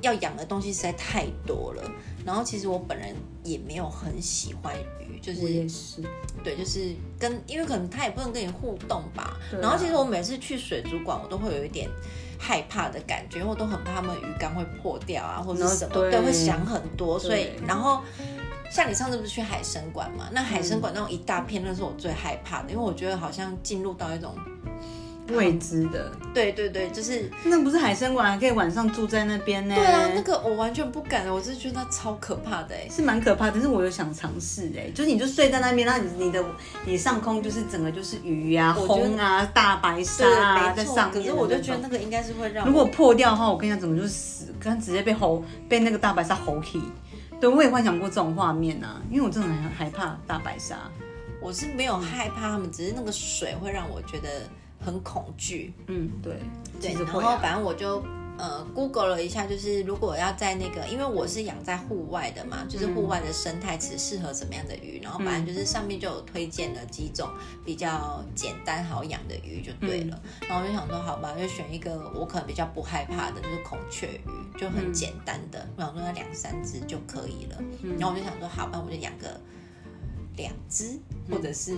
Speaker 2: 要养的东西实在太多了。然后其实我本人也没有很喜欢鱼，就
Speaker 1: 我
Speaker 2: 是
Speaker 1: 也是，
Speaker 2: 对，就是跟，因为可能他也不能跟你互动吧。
Speaker 1: 对啊
Speaker 2: 然后其实我每次去水族馆，我都会有一点害怕的感觉，因为我都很怕他们鱼缸会破掉啊，或者是什么，
Speaker 1: 然后对
Speaker 2: 对，会想很多。所以
Speaker 1: 对，
Speaker 2: 然后像你上次不是去海参馆嘛？那海
Speaker 1: 嗯
Speaker 2: 参馆那种一大片，那是我最害怕的，因为我觉得好像进入到一种，
Speaker 1: 未知的。
Speaker 2: 对对对，就是
Speaker 1: 那不是海参馆，还可以晚上住在那边呢。
Speaker 2: 对啊，那个我完全不敢的，我是觉得那超可怕的哎、
Speaker 1: 是蛮可怕的，但是我有想尝试哎，就是你就睡在那边，那你你的你上空就是整个就是鱼啊、
Speaker 2: 我觉得
Speaker 1: 红啊、大白鲨啊
Speaker 2: 对，
Speaker 1: 在
Speaker 2: 没错
Speaker 1: 上。面的那
Speaker 2: 可
Speaker 1: 种。
Speaker 2: 是我就觉得那个应该是会让我
Speaker 1: 如果破掉的话，我跟你讲，怎么就是死，可能直接被吼，被那个大白鲨吼起。对，我也幻想过这种画面啊，因为我真的很害怕大白鲨。
Speaker 2: 我是没有害怕他们，只是那个水会让我觉得很恐惧。
Speaker 1: 嗯，对，
Speaker 2: 对，
Speaker 1: 其实
Speaker 2: 然
Speaker 1: 会
Speaker 2: 后
Speaker 1: 啊、
Speaker 2: 反正我就嗯、呃 Google 了一下，就是如果要在那个，因为我是养在户外的
Speaker 1: 嗯
Speaker 2: 嘛，就是户外的生态池适合什么样的鱼，然后反正就是上面就有推荐了几种比较简单好养的鱼就对了。
Speaker 1: 嗯
Speaker 2: 然后我就想说，好吧，就选一个我可能比较不害怕的，就是孔雀鱼，就
Speaker 1: 嗯
Speaker 2: 很简单的。我想说那两三只就可以了。
Speaker 1: 嗯
Speaker 2: 然后我就想说，好吧，我就养个两只或者是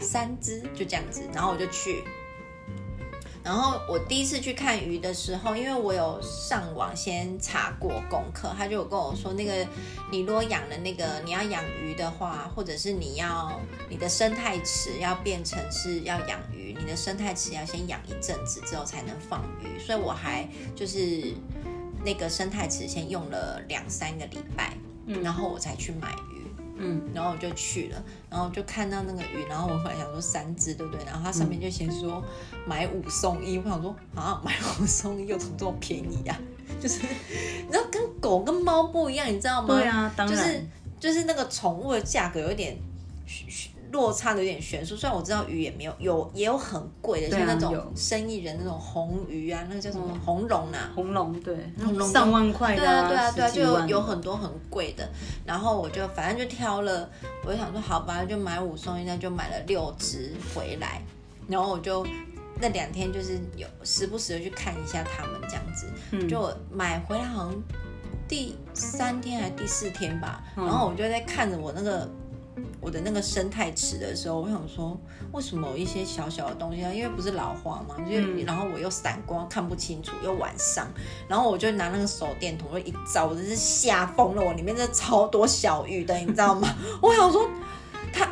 Speaker 2: 三只，就这样子。然后我就去。然后我第一次去看鱼的时候，因为我有上网先查过功课，他就有跟我说，那个你如果养了那个你要养鱼的话，或者是你要你的生态池要变成是要养鱼，你的生态池要先养一阵子之后才能放鱼，所以我还就是那个生态池先用了两三个礼拜，然后我才去买鱼。
Speaker 1: 嗯，
Speaker 2: 然后我就去了，然后就看到那个鱼，然后我后来想说三只，对不对？然后它上面就写说买五送一，我想说啊， 买五送一有什么这么便宜呀、就是你知道跟狗跟猫不一样，你知道吗？
Speaker 1: 对啊，当
Speaker 2: 就
Speaker 1: 然，
Speaker 2: 是就是那个宠物的价格有一点悬悬落差的有点悬殊，虽然我知道鱼也没有有也有很贵的，
Speaker 1: 对啊
Speaker 2: 像那种
Speaker 1: 有嗯
Speaker 2: 生意人那种红鱼啊，那个叫什么、红龙啊，
Speaker 1: 红龙对，
Speaker 2: 红龙
Speaker 1: 上万块
Speaker 2: 对
Speaker 1: 的、
Speaker 2: 啊，对啊，对啊，
Speaker 1: 十几
Speaker 2: 就有
Speaker 1: 万嗯
Speaker 2: 有很多很贵的。然后我就反正就挑了，我就想说好吧，就买五送一，那就买了六只回来。然后我就那两天就是有时不时的去看一下它们这样子。
Speaker 1: 嗯
Speaker 2: 就我买回来好像第三天还是第四天吧，
Speaker 1: 嗯
Speaker 2: 然后我就在看着我那个。我的那个生态池的时候，我想说，为什么有一些小小的东西啊？因为不是老花嘛，就是、
Speaker 1: 嗯
Speaker 2: 然后我又散光，看不清楚，又晚上，然后我就拿那个手电筒，我一照，我真是吓疯了，我里面真的超多小鱼的，你知道吗？ 我想说，它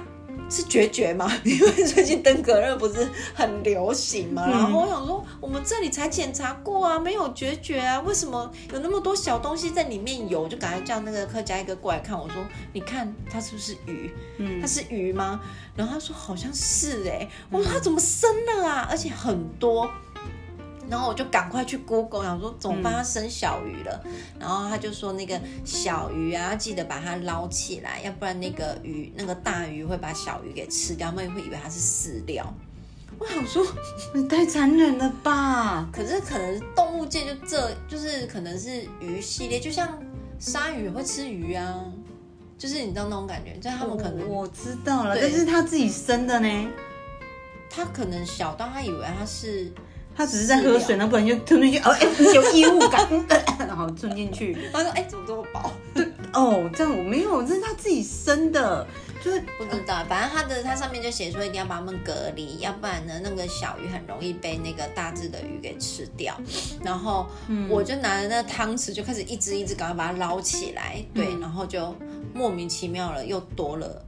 Speaker 2: 是决绝吗？ 因为最近登革热不是很流行嘛，
Speaker 1: 嗯
Speaker 2: 然后我想说，我们这里才检查过啊，没有决绝啊，为什么有那么多小东西在里面有？我就赶快叫那个客家一哥过来看，我说，你看它是不是鱼？它
Speaker 1: 嗯
Speaker 2: 是鱼吗？然后他说好像是哎、我说它怎么生了啊？而且很多。然后我就赶快去 Google，想说怎么办？它生小鱼了。然后他就说那个小鱼啊，记得把它捞起来，要不然那个鱼那个大鱼会把小鱼给吃掉，他们会以为它是饲料。我想说，
Speaker 1: 你太残忍了吧？
Speaker 2: 可是可能动物界就这就是可能是鱼系列，就像鲨鱼也会吃鱼啊，就是你知道那种感觉，就是他们可能
Speaker 1: 我我知道了，
Speaker 2: 对
Speaker 1: 但是他自己生的呢，
Speaker 2: 他可能小到他以为他是
Speaker 1: 他只是在喝水，那不然就吞进去，哦， 哎、有异物感，嗯呃然后吞进去。
Speaker 2: 他说：“哎、怎么这么薄
Speaker 1: 哦，这样我没有，这是他自己生的，就是？”
Speaker 2: 不知道，反正它的它上面就写说一定要把它们隔离，要不然呢，那个小鱼很容易被那个大只的鱼给吃掉。然后
Speaker 1: 嗯
Speaker 2: 我就拿着那汤匙就开始一只一只赶快把它捞起来，
Speaker 1: 嗯
Speaker 2: 对，然后就莫名其妙了又多了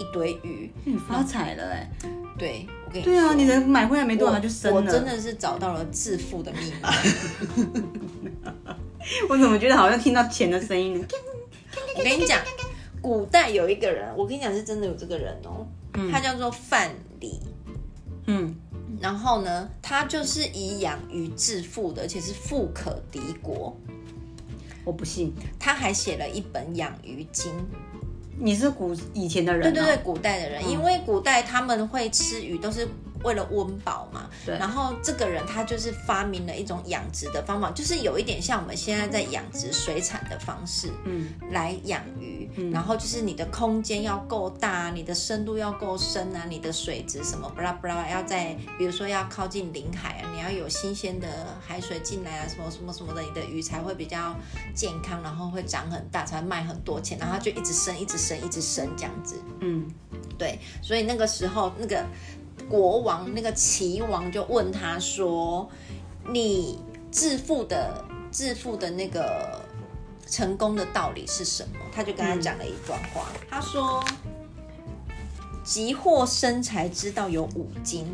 Speaker 2: 一堆鱼。
Speaker 1: 你嗯发财了哎、
Speaker 2: 对，我跟你
Speaker 1: 对啊，
Speaker 2: 说
Speaker 1: 你人买回来没多
Speaker 2: 我
Speaker 1: 少它就生了。
Speaker 2: 我真，的是找到了致富的密码。
Speaker 1: 我怎么觉得好像听到钱的声音呢？
Speaker 2: 我跟你讲，古代有一个人，我跟你讲是真的有这个人哦，他叫做范蠡。
Speaker 1: 嗯，
Speaker 2: 然后呢，他就是以养鱼致富的，而且是富可敌国。
Speaker 1: 我不信，
Speaker 2: 他还写了一本养鱼经，
Speaker 1: 你是古以前的人、
Speaker 2: 对
Speaker 1: 啊，
Speaker 2: 对对，古代的人，因为古代他们会吃鱼都是为了温饱嘛。
Speaker 1: 对
Speaker 2: 然后这个人他就是发明了一种养殖的方法，就是有一点像我们现在在养殖水产的方式。
Speaker 1: 嗯
Speaker 2: 来养鱼，然后就是你的空间要够大，你的深度要够深啊，你的水质什么不啦不啦，要在比如说要靠近临海啊，你要有新鲜的海水进来啊，什么什么什么的，你的鱼才会比较健康，然后会长很大，才会卖很多钱，然后它就一直生，一直生，一直生这样子。
Speaker 1: 嗯，
Speaker 2: 对，所以那个时候那个国王那个齐王就问他说：“你致富的致富的那个成功的道理是什么？”他就跟他讲了一段话，他说：“急获生财之道有五经。”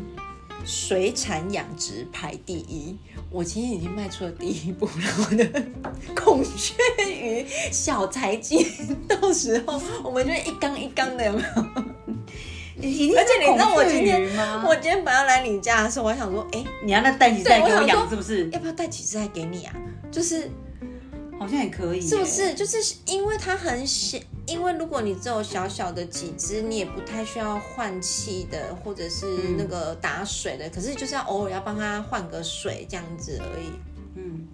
Speaker 2: 水产养殖排第一，我今天已经迈出了第一步了。我的 孔雀鱼小财经，到时候我们就一缸一缸的，有没有？
Speaker 1: 一定
Speaker 2: 而且
Speaker 1: 是
Speaker 2: 你知道我
Speaker 1: 孔雀
Speaker 2: 今天
Speaker 1: 鱼吗
Speaker 2: 我今天本来要来你家的时候，我还想说，哎、
Speaker 1: 你要那带几袋
Speaker 2: 对
Speaker 1: 给我
Speaker 2: 我想
Speaker 1: 养
Speaker 2: 说
Speaker 1: 是不是？
Speaker 2: 要不要带几只来给你啊？就是
Speaker 1: 好像也可以、
Speaker 2: 是不？是？就是因为它很小，因为如果你只有小小的几只，你也不太需要换气的，或
Speaker 1: 嗯
Speaker 2: 者是那个打水的。可是就是要偶尔要帮它换个水这样子而已。
Speaker 1: 嗯，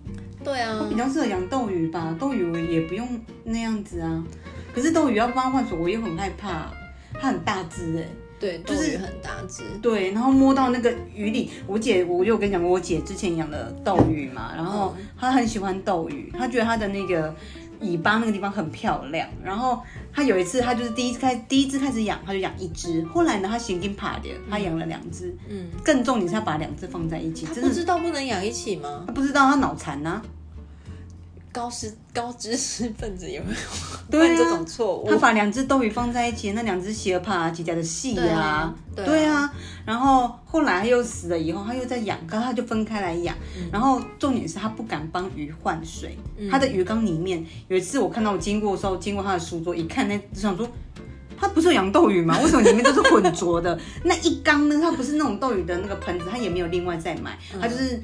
Speaker 2: 对啊
Speaker 1: 比，较适合养斗鱼吧，斗鱼我也不用那样子啊。可是斗鱼要帮它换水，我也很害怕，它很大只哎、
Speaker 2: 对，
Speaker 1: 就
Speaker 2: 就是是很大只，
Speaker 1: 对，然后摸到那个鱼里，我姐我有跟你讲过，我姐之前养的斗鱼嘛，然后她很喜欢斗鱼，她觉得它的那个尾巴那个地方很漂亮。然后她有一次，她就是第一次开第一次开始养，她就养一只，后来呢，她行进爬的，她养了两只。
Speaker 2: 嗯，
Speaker 1: 更重点是她把两只放在一起，
Speaker 2: 他
Speaker 1: 真
Speaker 2: 不
Speaker 1: 的是
Speaker 2: 知道不能养一起吗？
Speaker 1: 她不知道她脑残啊呐、
Speaker 2: 高知高知识分子也会
Speaker 1: 对啊
Speaker 2: 犯这种错误
Speaker 1: 她，把两只斗鱼放在一起，那两只斜爬几家的戏
Speaker 2: 对
Speaker 1: 啊
Speaker 2: 啊，对啊
Speaker 1: 对啊，然后后来他又死了以后，他又在养，可是他就分开来养。
Speaker 2: 嗯
Speaker 1: 然后重点是他不敢帮鱼换水，他的鱼缸里面有一次我看到我经过的时候，经过他的书桌一看，那就想说。他不是有养斗鱼吗？为什么里面都是混浊的？ 那一缸呢？它不是那种斗鱼的那个盆子，他也没有另外再买，
Speaker 2: 嗯
Speaker 1: 他就是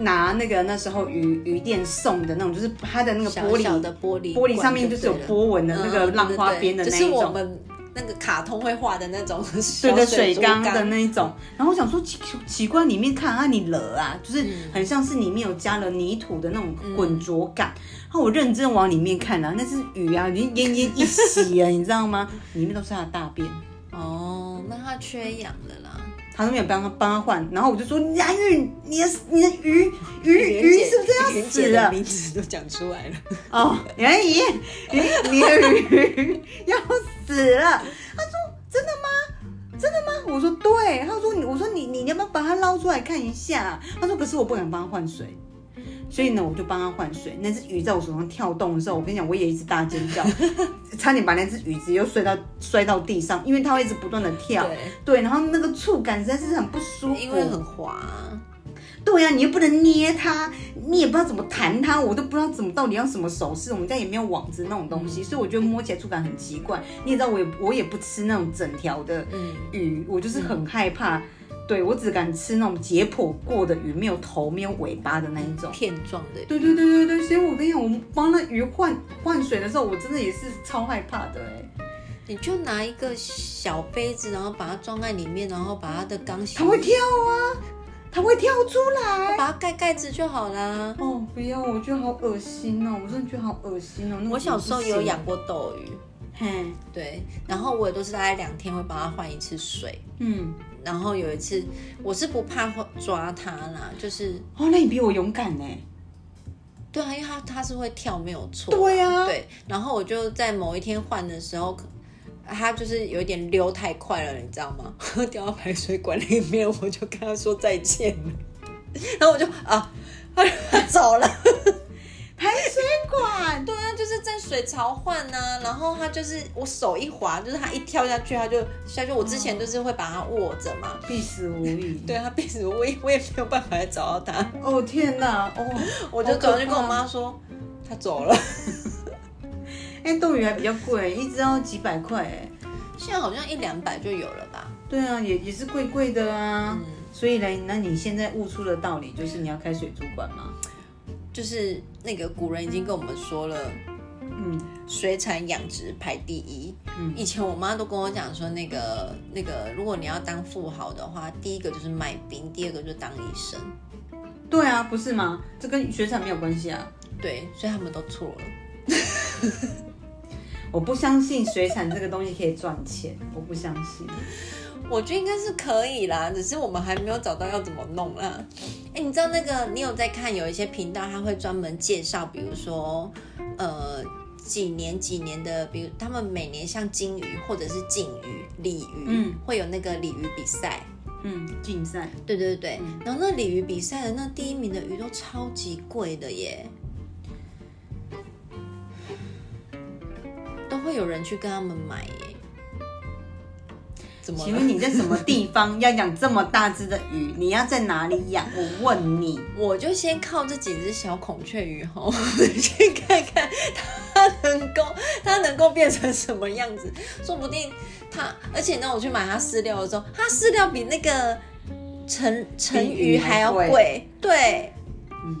Speaker 1: 拿那个那时候鱼鱼店送的那种，就是它的那个玻
Speaker 2: 小
Speaker 1: 璃
Speaker 2: 小的玻璃
Speaker 1: 玻璃
Speaker 2: 罐
Speaker 1: 上面就是有
Speaker 2: 对了
Speaker 1: 波纹的那个
Speaker 2: 嗯
Speaker 1: 浪花
Speaker 2: 对对对
Speaker 1: 边的那一
Speaker 2: 就是我
Speaker 1: 种
Speaker 2: 们那个卡通会画的那种
Speaker 1: 对
Speaker 2: 小
Speaker 1: 对，
Speaker 2: 水
Speaker 1: 水
Speaker 2: 族
Speaker 1: 缸的那一种。然后我想说奇奇怪，里面看啊你了啊，就是很像是里面有加了泥土的那种滚浊感。然后我认经往里面看啊，那是鱼啊，已经奄奄一息啊，你知道吗？里面都是它的大便。
Speaker 2: 哦，那它缺氧了啦。
Speaker 1: 他都没有帮他帮他换，然后我就说梁玉，你的你的鱼鱼
Speaker 2: 袁
Speaker 1: 鱼
Speaker 2: 姐
Speaker 1: 是不是要
Speaker 2: 袁
Speaker 1: 死
Speaker 2: 姐的
Speaker 1: 了？
Speaker 2: 名字都讲出来了，
Speaker 1: 哦，袁姨，你你的鱼要死了。他说：“真的吗？真的吗？”我说：“对。”他说：“你，我说你，你要不要把它捞出来看一下？”他说：“可是我不敢帮它换水。”所以呢，我就帮它换水。那只鱼在我手上跳动的时候，我跟你讲，我也一直大尖叫， 差点把那只鱼直接又摔到摔到地上，因为它会一直不断的跳。对，然后那个触感实在是很不舒服，
Speaker 2: 因为很滑啊，
Speaker 1: 对呀、你又不能捏它，你也不知道怎么弹它，我都不知道怎么到底要什么手势。我们家也没有网子那种东西，所以我觉得摸起来触感很奇怪。你也知道，我也我也不吃那种整条的
Speaker 2: 嗯，
Speaker 1: 鱼，我就是很害怕。对我只敢吃那种解剖过的鱼，没有头没有尾巴的那一种。
Speaker 2: 片状的，
Speaker 1: 对对对对对，所以我跟你讲，我们帮那鱼换换水的时候，我真的也是超害怕的哎、
Speaker 2: 你就拿一个小杯子，然后把它装在里面，然后把它的缸洗，
Speaker 1: 它会跳啊，它会跳出来。
Speaker 2: 把它盖盖子就好啦。
Speaker 1: 哦，不要，我觉得好恶心哦，我真的觉得好恶心哦。那个
Speaker 2: 我小时候
Speaker 1: 不行
Speaker 2: 有，养过斗鱼，
Speaker 1: 嘿，
Speaker 2: 对，然后我也都是大概两天会帮它换一次水。
Speaker 1: 嗯，
Speaker 2: 然后有一次，我是不怕抓它啦，就是
Speaker 1: 哦，那你比我勇敢呢。
Speaker 2: 对啊，因为它它是会跳，没有错。
Speaker 1: 对啊
Speaker 2: 对。然后我就在某一天换的时候，可它就是有一点溜太快了，你知道吗？ 掉到排水管里面，我就跟它说再见了。 然后我就啊，它它走了。
Speaker 1: 排水管，
Speaker 2: 对啊，就是在水槽换呢、然后它就是我手一滑，就是它一跳下去，它就下去。我之前就是会把它握着嘛，
Speaker 1: 必死无疑。
Speaker 2: 对，它变成我也我也没有办法来找到它。
Speaker 1: 哦天哪，哦，
Speaker 2: 我就走去跟我妈说，他走了。
Speaker 1: 哎，斗鱼还比较贵，一只要几百块哎。
Speaker 2: 现在好像一两百就有了吧？
Speaker 1: 对啊，也也是贵贵的啊。
Speaker 2: 嗯
Speaker 1: 所以嘞，那你现在悟出的道理就是你要开水族馆吗？
Speaker 2: 就是那个古人已经跟我们说了，
Speaker 1: 嗯，
Speaker 2: 水产养殖排第一。
Speaker 1: 嗯
Speaker 2: 以前我妈都跟我讲说，那个那个，如果你要当富豪的话，第一个就是卖冰，第二个就当医生。
Speaker 1: 对啊，不是吗？这跟学产没有关系啊。
Speaker 2: 对，所以他们都错了。
Speaker 1: 我不相信水产这个东西可以赚钱，我不相信。
Speaker 2: 我觉得应该是可以啦，只是我们还没有找到要怎么弄啦。哎、你知道那个你有在看有一些频道，他会专门介绍，比如说呃几年几年的，比如他们每年像金鱼或者是锦鱼、鲤鱼，
Speaker 1: 嗯
Speaker 2: 会有那个鲤鱼比赛。嗯
Speaker 1: 嗯，竞赛
Speaker 2: 对对对，然后那鲤鱼比赛的那第一名的鱼都超级贵的耶，都会有人去跟他们买耶。怎么了？
Speaker 1: 请问你在什么地方要养这么大只的鱼？你要在哪里养？我问你，
Speaker 2: 我就先靠这几只小孔雀鱼吼， 先看看它能够它能够变成什么样子，说不定它，而且呢，我去买它饲料的时候，它饲料比那个成成鱼还要
Speaker 1: 比鱼还
Speaker 2: 贵，对，
Speaker 1: 嗯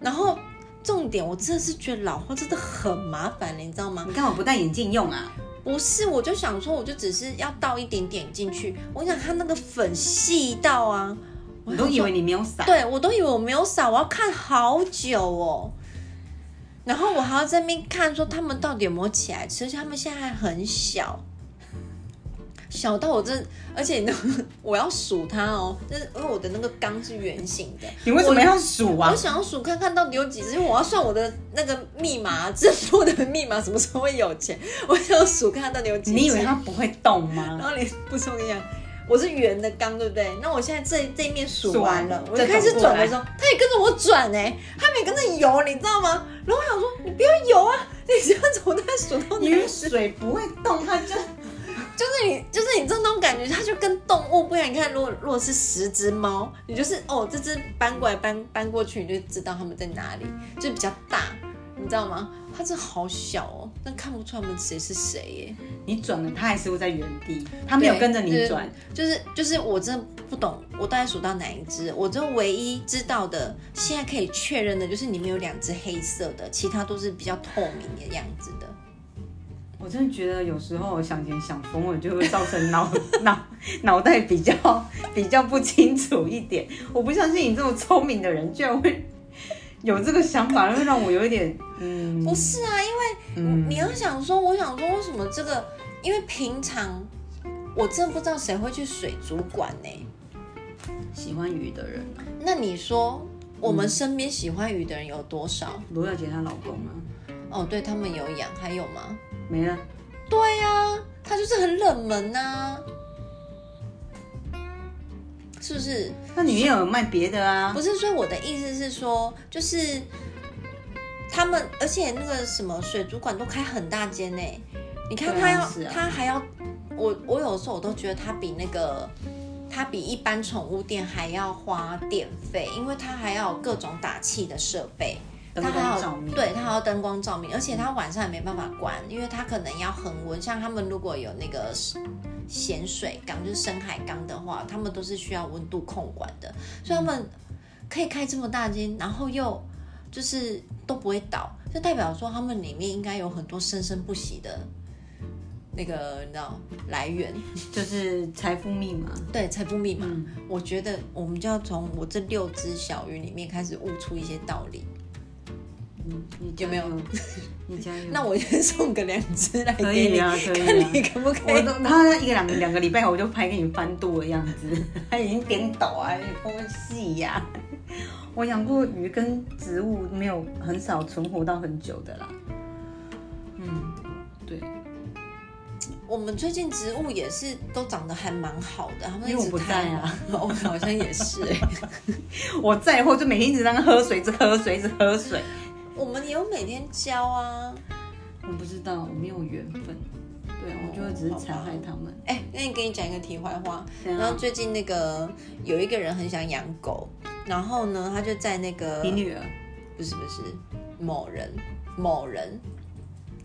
Speaker 2: 然后重点我真的是觉得老花真的很麻烦，你知道吗？
Speaker 1: 你干嘛不戴眼镜用啊？
Speaker 2: 不是，我就想说，我就只是要倒一点点进去，我想它那个粉细到啊，
Speaker 1: 你都以为你没有伞，
Speaker 2: 对我都以为我没有扫，我要看好久哦。然后我还要在那边看，说他们到底有没有起来吃，而且他们现在还很小，小到我真，而且 呢，我要数它哦，就是因为我的那个缸是圆形的，
Speaker 1: 你为什么要数啊
Speaker 2: 我？想要数看看到底有几只，因为我要算我的那个密码，支付的密码什么时候会有钱，我想要数看看到底有几只。
Speaker 1: 你以为它不会动吗？
Speaker 2: 然后你不重要，我是圆的缸，对不对？那我现在这这一面数完了，
Speaker 1: 数完了
Speaker 2: 我
Speaker 1: 再
Speaker 2: 就开始
Speaker 1: 转过
Speaker 2: 转
Speaker 1: 来
Speaker 2: 的时候，他也跟着我转哎、他们也跟着游，你知道吗？然后我想说，你不要游啊，你这样子我在数到哪
Speaker 1: 因为
Speaker 2: 里？
Speaker 1: 水不会动，它就
Speaker 2: 就是你，就是你这种感觉，它就跟动物不一样。你看，如果如果是十只猫，你就是哦，这只搬过来搬搬过去，你就知道它们在哪里，就比较大，你知道吗？它这好小哦，但看不出它们谁是谁耶。
Speaker 1: 你转了，它还是会在原地，它没有跟着你转。
Speaker 2: 就是就是我真的不懂，我大概数到哪一只？我这唯一知道的，现在可以确认的就是里面有两只黑色的，其他都是比较透明的样子的。
Speaker 1: 我真的觉得有时候我想钱想疯了，就会造成脑 脑脑袋比较比较不清楚一点。我不相信你这么聪明的人，居然会 有这个想法，会让我有一点嗯
Speaker 2: 不是啊，因为你要想说，我想说为什么这个？因为平常我真的不知道谁会去水族馆呢、
Speaker 1: 喜欢鱼的人、啊。
Speaker 2: 那你说我们身边喜欢鱼的人有多少？
Speaker 1: 罗小姐她老公啊，
Speaker 2: 哦，对他们有养，还有吗？
Speaker 1: 没了。
Speaker 2: 对呀、它就是很冷门呐、是不是？
Speaker 1: 那里面有卖别的啊？
Speaker 2: 不是，所以我的意思是说，就是他们，而且那个什么水族馆都开很大间呢、你看
Speaker 1: 对啊
Speaker 2: 他要，
Speaker 1: 是啊
Speaker 2: 他还要，我我有时候我都觉得他比那个。他比一般宠物店还要花电费，因为他还要有各种打气的设备，
Speaker 1: 灯
Speaker 2: 它还
Speaker 1: 光
Speaker 2: 有
Speaker 1: 照嗯明，
Speaker 2: 对，它还要灯光照明，而且它晚上也没办法关，因为它可能要恒温。像他们如果有那个咸水缸，就是深海缸的话，他们都是需要温度控管的，所以他们可以开这么大间，然后又就是都不会倒，就代表说他们里面应该有很多生生不息的。那个你知道来源
Speaker 1: 就是财富密码。
Speaker 2: 对财富密码，
Speaker 1: 嗯
Speaker 2: 我觉得我们就要从我这六只小鱼里面开始悟出一些道理。
Speaker 1: 嗯，你加
Speaker 2: 有没有
Speaker 1: 油？ 你加 油。
Speaker 2: 那我也送个两只来
Speaker 1: 可
Speaker 2: 给
Speaker 1: 以
Speaker 2: 你，
Speaker 1: 啊，可
Speaker 2: 看
Speaker 1: 以啊
Speaker 2: 你。可不可
Speaker 1: 我
Speaker 2: 以？
Speaker 1: 都，然后一个两个两个礼拜后，我就拍给你翻肚的样子，他已经颠倒啊，多细呀。我养过鱼跟植物，没有很少存活到很久的啦。嗯，对，
Speaker 2: 我们最近植物也是都长得还蛮好的，他们一
Speaker 1: 因为我
Speaker 2: 直
Speaker 1: 不在
Speaker 2: 开
Speaker 1: 啊
Speaker 2: 花，我好像也是、欸。
Speaker 1: 我在后就每天一直让它喝水，一直喝水，一直喝水。
Speaker 2: 我们也有每天浇啊。
Speaker 1: 我不知道，我没有缘分。对，啊我就只是残害他们。
Speaker 2: 哎、那你给你讲一个题外话，
Speaker 1: 怎样
Speaker 2: 然后最近那个有一个人很想养狗，然后呢，他就在那个
Speaker 1: 你女儿？
Speaker 2: 不是不是某人某人，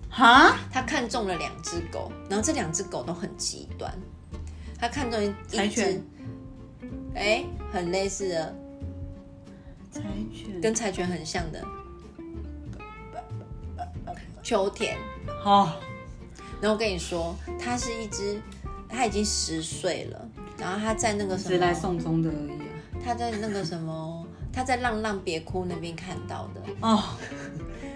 Speaker 1: 哈？
Speaker 2: 他看中了两只狗，然后这两只狗都很极端。他看中一
Speaker 1: 柴
Speaker 2: 只
Speaker 1: 犬，
Speaker 2: 哎、很类似的，
Speaker 1: 柴犬。
Speaker 2: 跟柴犬很像的秋田。
Speaker 1: 哦，
Speaker 2: 然后我跟你说，它是一只，它已经十岁了，然后它在那个什
Speaker 1: 是来
Speaker 2: 么，
Speaker 1: 送终的而已啊。
Speaker 2: 它在那个什么，它在浪浪别哭那边看到的。
Speaker 1: 哦，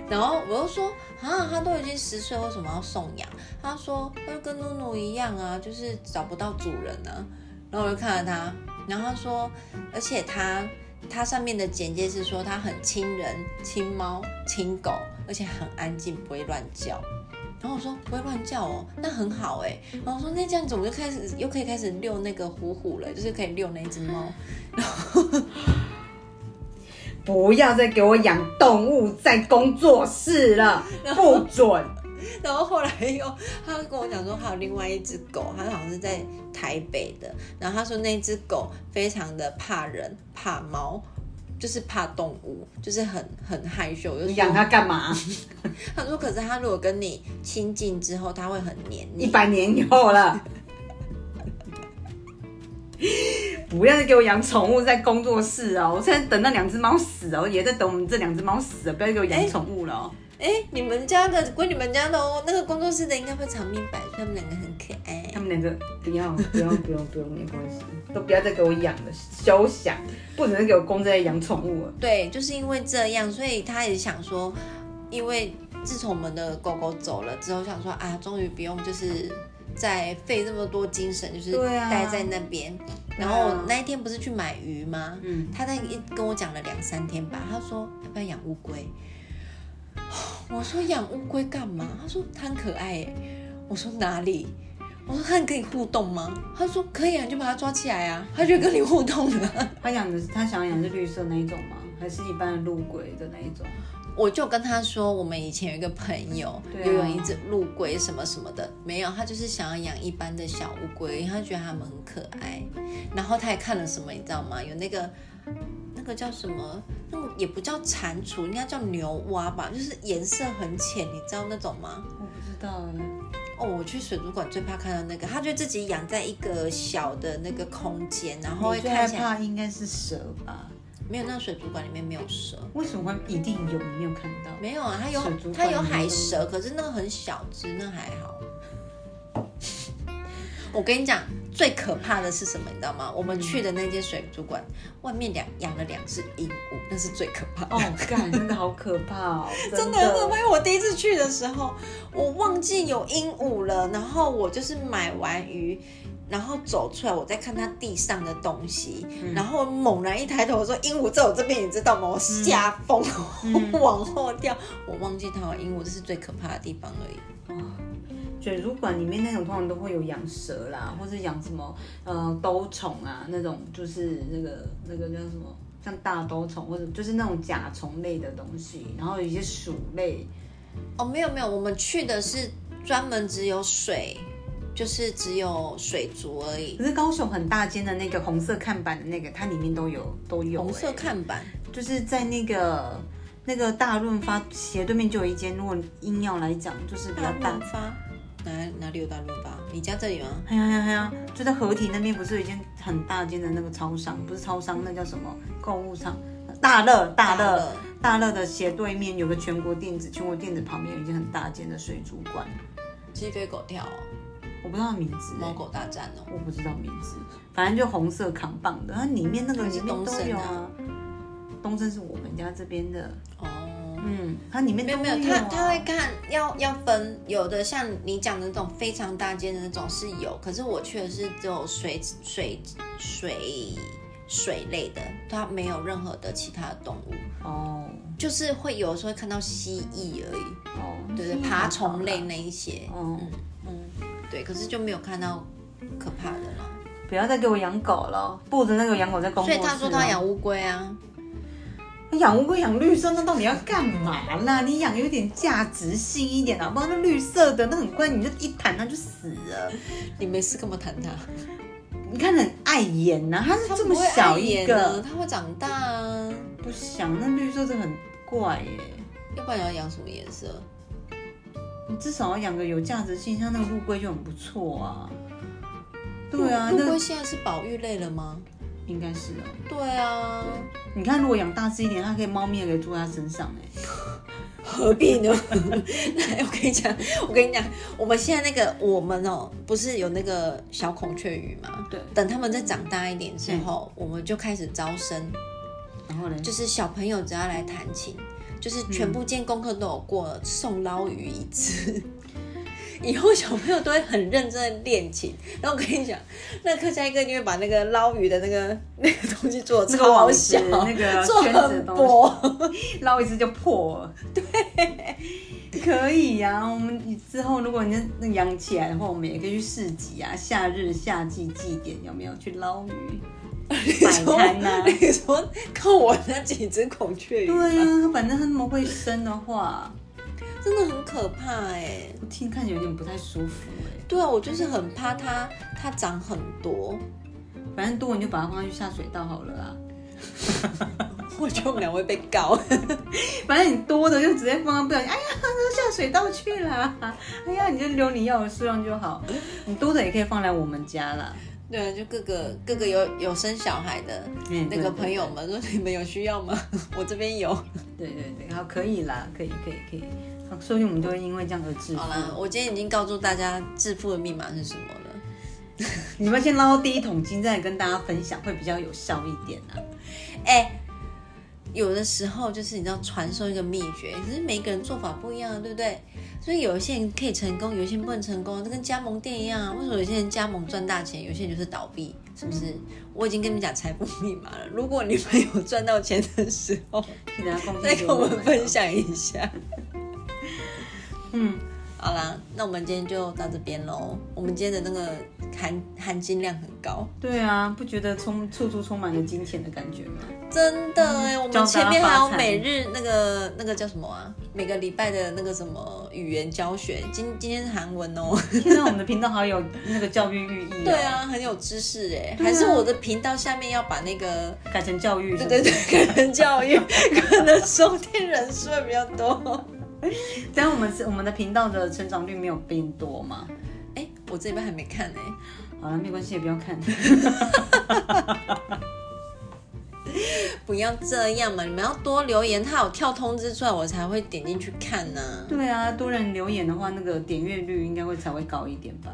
Speaker 2: 然后我又说啊，他都已经十岁，为什么要送养？他说他就跟露露一样啊，就是找不到主人啊。然后我就看了他，然后他说，而且他他上面的简介是说他很亲人、亲猫、亲狗，而且很安静，不会乱叫。然后我说不会乱叫哦，那很好哎。然后我说那这样子我们就开始又可以开始遛那个虎虎了，就是可以遛那一只猫。
Speaker 1: 不要再给我养动物在工作室 了，不准。
Speaker 2: 然后后来又，他跟我讲说还有另外一只狗，他好像是在台北的，然后他说那只狗非常的怕人、怕猫，就是怕动物，就是很很害羞。我就
Speaker 1: 你
Speaker 2: 说
Speaker 1: 养它干嘛？
Speaker 2: 他说可是他如果跟你亲近之后，他会很黏
Speaker 1: 一
Speaker 2: 你。
Speaker 1: 百年以后了。 不要再给我养宠物在工作室哦！我现在等那两只猫死哦，也在等我们这两只猫死了，不要再给我养宠物了哦。
Speaker 2: 哎、你们家的归你们家的哦，那个工作室的应该会长命百岁，他们两个很可爱。
Speaker 1: 他们两个哎不要不要不用不用，没关系， 都不要再给我养了，休想，不能再给我公在养宠物了。
Speaker 2: 对，就是因为这样，所以他也想说，因为自从我们的狗狗走了之后，想说啊，终于不用就是再费这么多精神，就是
Speaker 1: 对啊
Speaker 2: 待在那边。然后我那一天不是去买鱼吗？
Speaker 1: 嗯，
Speaker 2: 他在一跟我讲了两三天吧，他说要不要养乌龟？ 我说养乌龟干嘛？他说它很可爱耶。我说哪里？我说它很可以互动吗？他说可以啊，你就把它抓起来啊，它就会跟你互动了。
Speaker 1: 他养的他想养的是绿色那一种吗？还是一般的陆龟的那一种？
Speaker 2: 我就跟他说，我们以前有一个朋友，
Speaker 1: 对啊
Speaker 2: 有养一只陆龟什么什么的，没有，他就是想要养一般的小乌龟，他觉得它们很可爱。然后他也看了什么，你知道吗？有那个那个叫什么？那个也不叫蟾蜍，应该叫牛蛙吧，就是颜色很浅，你知道那种吗？
Speaker 1: 我不知道哎。
Speaker 2: 哦，我去水族馆最怕看到那个，他就自己养在一个小的那个空间，然后会
Speaker 1: 你最害
Speaker 2: 看起来
Speaker 1: 怕应该是蛇吧？
Speaker 2: 没有，那水族馆里面没有蛇。
Speaker 1: 为什么会一定有？你没有看到？
Speaker 2: 没有啊，它有
Speaker 1: 水族
Speaker 2: 它
Speaker 1: 馆
Speaker 2: 有
Speaker 1: 里面
Speaker 2: 海
Speaker 1: 都
Speaker 2: 蛇，可是那个很小只，那还好。 我跟你讲，最可怕的是什么，你知道吗？我
Speaker 1: 嗯
Speaker 2: 们去的那间水族馆外面两养了两只鹦鹉，那是最可怕的。
Speaker 1: 哦，干，真的好可 怕哦！
Speaker 2: 真的很可怕，因为我第一次去的时候，我忘记有鹦鹉了，然后我就是买完鱼，然后走出来，我在看它地上的东西，然后猛然一抬头，我说鹦鹉在我这边，你知道吗？我吓疯，我往后跳，我忘记它有鹦鹉，这是最可怕的地方而已。
Speaker 1: 水族馆里面那种通常都会有养蛇啦，或是养什么呃兜虫啊那种，就是那个那个叫什么，像大兜虫或者就是那种甲虫类的东西，然后有一些鼠类，
Speaker 2: 哦，没有没有，我们去的是专门只有水，就是只有水族而已，
Speaker 1: 可是高雄很大间的那个红色看板的那个，它里面都有都有、
Speaker 2: 红色
Speaker 1: 欸
Speaker 2: 看板。
Speaker 1: 就是在那个那个大润发斜对面就有一间，如果硬要来讲就是比较
Speaker 2: 大
Speaker 1: 大
Speaker 2: 润。发，哪哪里有大润发？你家这里吗？
Speaker 1: 哎呀哎呀哎呀！就在合体那边，不是有一间很大间的那个超商，不是超商，那叫什么购物场？大乐大乐大乐的斜对面有个全国电子，全国电子旁边有一间很大间的水族馆，
Speaker 2: 鸡飞狗跳、哦，
Speaker 1: 我不知道名字、欸
Speaker 2: 猫狗大战哦。
Speaker 1: 我不知道名字，反正就红色扛棒的，它里面那个
Speaker 2: 还是
Speaker 1: 里面都
Speaker 2: 东森
Speaker 1: 有
Speaker 2: 啊
Speaker 1: 啊。东森是我们家这边的，
Speaker 2: 哦，
Speaker 1: 嗯，它里面
Speaker 2: 没有
Speaker 1: 都
Speaker 2: 没有，
Speaker 1: 啊
Speaker 2: 他他会看，要要分，有的像你讲的那种非常大间的那种是有，可是我去的是只有水水水水类的，它没有任何的其他的动物，
Speaker 1: 哦
Speaker 2: 就是会有时候会看到蜥蜴而已，
Speaker 1: 哦，
Speaker 2: 对
Speaker 1: 是
Speaker 2: 对，
Speaker 1: 蛮
Speaker 2: 爬
Speaker 1: 好
Speaker 2: 虫
Speaker 1: 的
Speaker 2: 类那一些，
Speaker 1: 哦，
Speaker 2: 对，可是就没有看到可怕的啦。
Speaker 1: 不要再给我养狗了，不准再给我养狗在公
Speaker 2: 所
Speaker 1: 共
Speaker 2: 以他说他养乌龟啊，
Speaker 1: 养乌龟、养绿色，那到底要干嘛啦？你养有点价值性一点好不好？那绿色的，那很快你就一弹它就死了。
Speaker 2: 你没事干嘛谈它？
Speaker 1: 你看很碍眼呐、啊它是这么小一
Speaker 2: 呢，
Speaker 1: 个，
Speaker 2: 它会长大啊。
Speaker 1: 不想那绿色的很怪耶、
Speaker 2: 要不然你要养什么颜色？
Speaker 1: 你至少要养个有价值性，像那个乌龟就很不错啊。对啊，
Speaker 2: 乌
Speaker 1: 那
Speaker 2: 龟现在是保育类了吗？
Speaker 1: 应该是哦、
Speaker 2: 对啊，
Speaker 1: 你看，如果养大只一点，它可以猫咪也可以住在它身上哎、
Speaker 2: 何必呢？ 那我跟你讲，我跟你讲，我们现在那个我们哦，不是有那个小孔雀鱼吗？
Speaker 1: 对
Speaker 2: 等他们再长大一点之后，我们就开始招生，
Speaker 1: 然后呢？
Speaker 2: 就是小朋友只要来弹琴，就是全
Speaker 1: 嗯
Speaker 2: 部间功课都有过，送捞鱼一次。 以后小朋友都会很认真的练琴，然后我跟你讲，那客家一哥一定会把那个捞鱼的那个那个东西做的
Speaker 1: 那个
Speaker 2: 超
Speaker 1: 网子
Speaker 2: 小，
Speaker 1: 那个
Speaker 2: 做
Speaker 1: 圈子的
Speaker 2: 很
Speaker 1: 东西
Speaker 2: 薄，
Speaker 1: 捞一次就破了。对，可以呀、我们之后如果你那养起来的话，我们也可以去市集啊，夏日、夏季祭典有没有去捞鱼、摆摊 呐、
Speaker 2: 你说靠我那几只孔雀鱼，
Speaker 1: 对呀、啊反正他那么会生的话，
Speaker 2: 真的很可怕哎、
Speaker 1: 我听看起来有点不太舒服哎、
Speaker 2: 对啊，我就是很怕它，它长很多，
Speaker 1: 反正多你就把它放下去下水道好了啊。
Speaker 2: 我觉得我们俩会被告。
Speaker 1: 反正你多的就直接放到不小心，哎呀，下水道去啦！ 哎呀，你就留你要的数量就好。你多的也可以放来我们家啦。
Speaker 2: 对啊，就各个各个有有生小孩的
Speaker 1: 嗯
Speaker 2: 那
Speaker 1: 对
Speaker 2: 个
Speaker 1: 对
Speaker 2: 朋友们说，你们有需要吗？我这边有，
Speaker 1: 对对对，好，可以啦，可以可以可以，好，说不定我们都会因为这样而致富
Speaker 2: 好。啦，我今天已经告诉大家致富的密码是什么了。
Speaker 1: 你们先捞第一桶金，再来跟大家分享，会比较有效一点啊。
Speaker 2: 哎、有的时候就是你知道传授一个秘诀，可是每个人做法不一样，对不对？所以有一些人可以成功，有一些人不能成功，这跟加盟店一样啊。为什么有些人加盟赚大钱，有些人就是倒闭？是不是？我已经跟你们讲财富密码了。如果你们有赚到钱的时候，
Speaker 1: 请大家贡
Speaker 2: 再
Speaker 1: 献给
Speaker 2: 跟我
Speaker 1: 们
Speaker 2: 们
Speaker 1: 啊
Speaker 2: 分。享一下。
Speaker 1: 嗯，
Speaker 2: 好啦，那我们今天就到这边喽。我们今天的那个含含金量很高，
Speaker 1: 对啊，不觉得充处处充满了金钱的感觉吗？
Speaker 2: 真的哎、我
Speaker 1: 教大家
Speaker 2: 们前面还有
Speaker 1: 发财
Speaker 2: 每日那个那个叫什么啊？每个礼拜的那个什么语言教学，今今天是韩文 哦。
Speaker 1: 现在我们的频道好有那个教育寓意、哦。
Speaker 2: 对，啊，很有知识哎、
Speaker 1: 对啊
Speaker 2: 还是我的频道下面要把那个
Speaker 1: 改成教育是
Speaker 2: 对
Speaker 1: 不是
Speaker 2: 对对个人教育， 可能收听人数会比较多。
Speaker 1: 这样我们是我们的频道的成长率没有变多嘛？
Speaker 2: 哎、我这边还没看哎、
Speaker 1: 好了，没关系，也不要 看。
Speaker 2: 不要这样嘛！你们要多留言，它有跳通知出来，我才会点进去看呢、
Speaker 1: 对啊，多人留言的话，那个点阅率应该会才会高一点吧？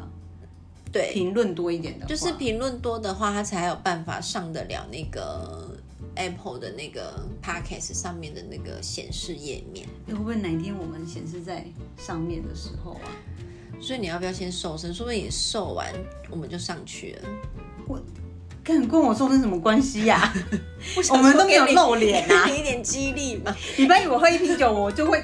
Speaker 2: 对，
Speaker 1: 评论多一点的话，
Speaker 2: 就是评论多的话，它才有办法上得了那个 Apple 的那个 Podcast 上面的那个显示页面。
Speaker 1: 会不会哪一天我们显示在上面的时候啊？
Speaker 2: 所以你要不要先瘦身？说不定你瘦完我们就上去了。
Speaker 1: 看跟我瘦身什么关系 呀、我们都没有露脸啊！
Speaker 2: 给你一点激励嘛。
Speaker 1: 礼拜一我喝一瓶酒，我就会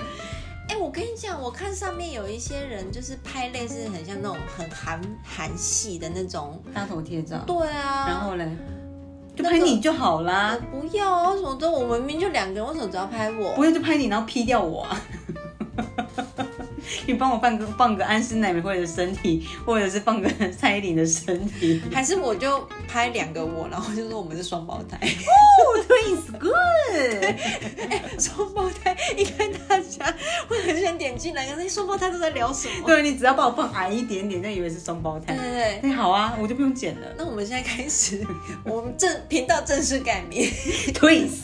Speaker 2: 哎、我跟你讲，我看上面有一些人就是拍类似很像那种很韩韩系的那种。
Speaker 1: 大头贴照，
Speaker 2: 对啊，
Speaker 1: 嗯然后嘞，就拍你就好啦，
Speaker 2: 不要啊！为什么都我们明明就两个人，为什么只要拍我？
Speaker 1: 不会就拍你，然后 P 掉我、 啊。你帮我放个放个安室奈美惠的身体，或者是放个蔡依林的身体。
Speaker 2: 还是我就拍两个我，然后就说我们是双胞胎。
Speaker 1: Oh, doing good。
Speaker 2: 哎双胞胎应该大家会很想点进来，可是双胞胎都在聊什么？
Speaker 1: 对你只要把我放矮一点点，就以为是双胞胎。
Speaker 2: 对对对。
Speaker 1: 那好啊，我就不用剪了。
Speaker 2: 那我们现在 开始，我们正频道正式改名，
Speaker 1: Twins，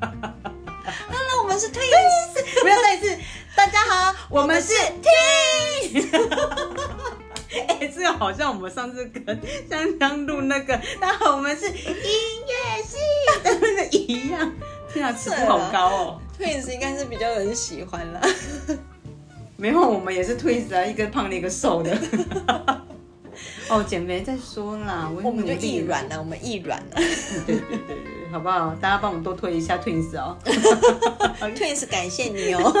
Speaker 2: 那我们是 Twins，
Speaker 1: 不要再一次。大家好，我们是 Twins。哎、这个好像我们上次跟香香录那个，大家好，我们是音乐系的那个一样。天啊，尺度好高哦。
Speaker 2: ，Twins 应该是比较有人喜欢啦。
Speaker 1: 没有，我们也是 Twins 啊，一个胖的，一个瘦的。哦，减肥再说啦，我
Speaker 2: 我们就
Speaker 1: 努力
Speaker 2: 易
Speaker 1: 了
Speaker 2: 软啊了，我们易软了
Speaker 1: 对对对对，好不好？大家帮我们多推一下 Twins 哦，
Speaker 2: ，Twins 感谢你 哦。